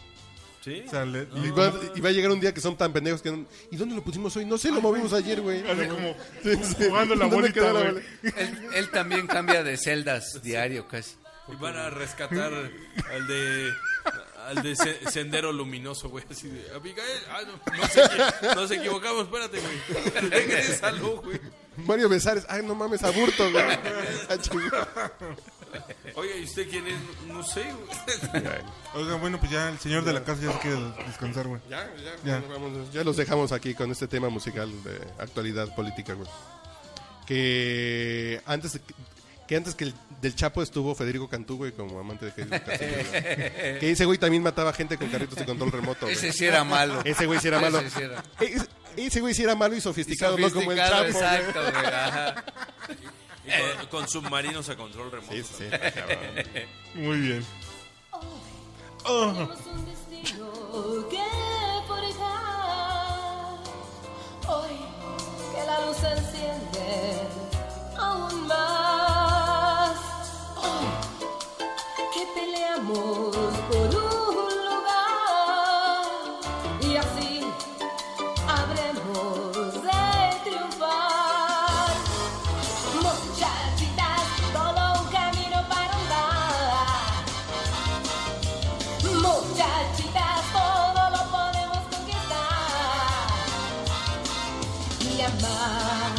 D: ¿Sí?
A: O sea, le-
B: Y
A: le-
B: va, y va a llegar un día que son tan pendejos que... no- ¿Y dónde lo pusimos hoy? No sé, lo movimos ayer, güey.
A: Así como
B: Sí, sí.
A: jugando la
B: ¿Dónde
A: bolita,
B: quedó la
A: güey.
B: bola?
C: Él, él también cambia de celdas diario casi.
D: Y van a rescatar al de. Al de se- Sendero Luminoso, güey. Así de. Abigail, ah, no, nos, equi- nos equivocamos, espérate, güey. Regrésalo, güey.
B: Mario Besares. Ay, no mames, aburto, güey. Ah, chingada.
D: Oiga, ¿y usted quién es? No sé, güey.
A: Oigan, bueno, pues ya el señor de la casa ya se quiere descansar, güey.
B: Ya, ya,
A: Ya.
B: bueno, vámonos. Ya los dejamos aquí con este tema musical de actualidad política, güey. Que antes... Que antes que el- del Chapo estuvo Federico Cantú, güey, como amante de Federico Cantú. güey. que ese güey también mataba gente con carritos de control remoto, güey.
C: Ese sí era malo.
B: Ese güey sí era malo.
C: Ese sí era.
B: Ese, ese güey sí era malo y
C: Y
B: sofisticado, no como el
C: sofisticado,
B: Chapo, güey.
C: Exacto, güey, ajá.
D: Y con, con submarinos a control remoto.
B: Sí, sí, está cabrón.
A: Muy bien.
H: Tenemos un destino que forjar. Hoy que la luz se enciende aún más. Hoy que peleamos por un lugar. Y así habremos de triunfar. Muchachitas, todo un camino para andar. Muchachitas, todo lo podemos conquistar y amar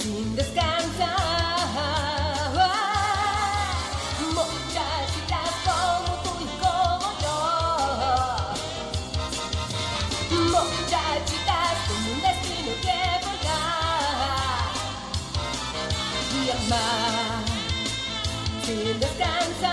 H: sin descansar. Muchachitas como tú y como yo. Muchachitas con un destino que forjar y amar sin descansar.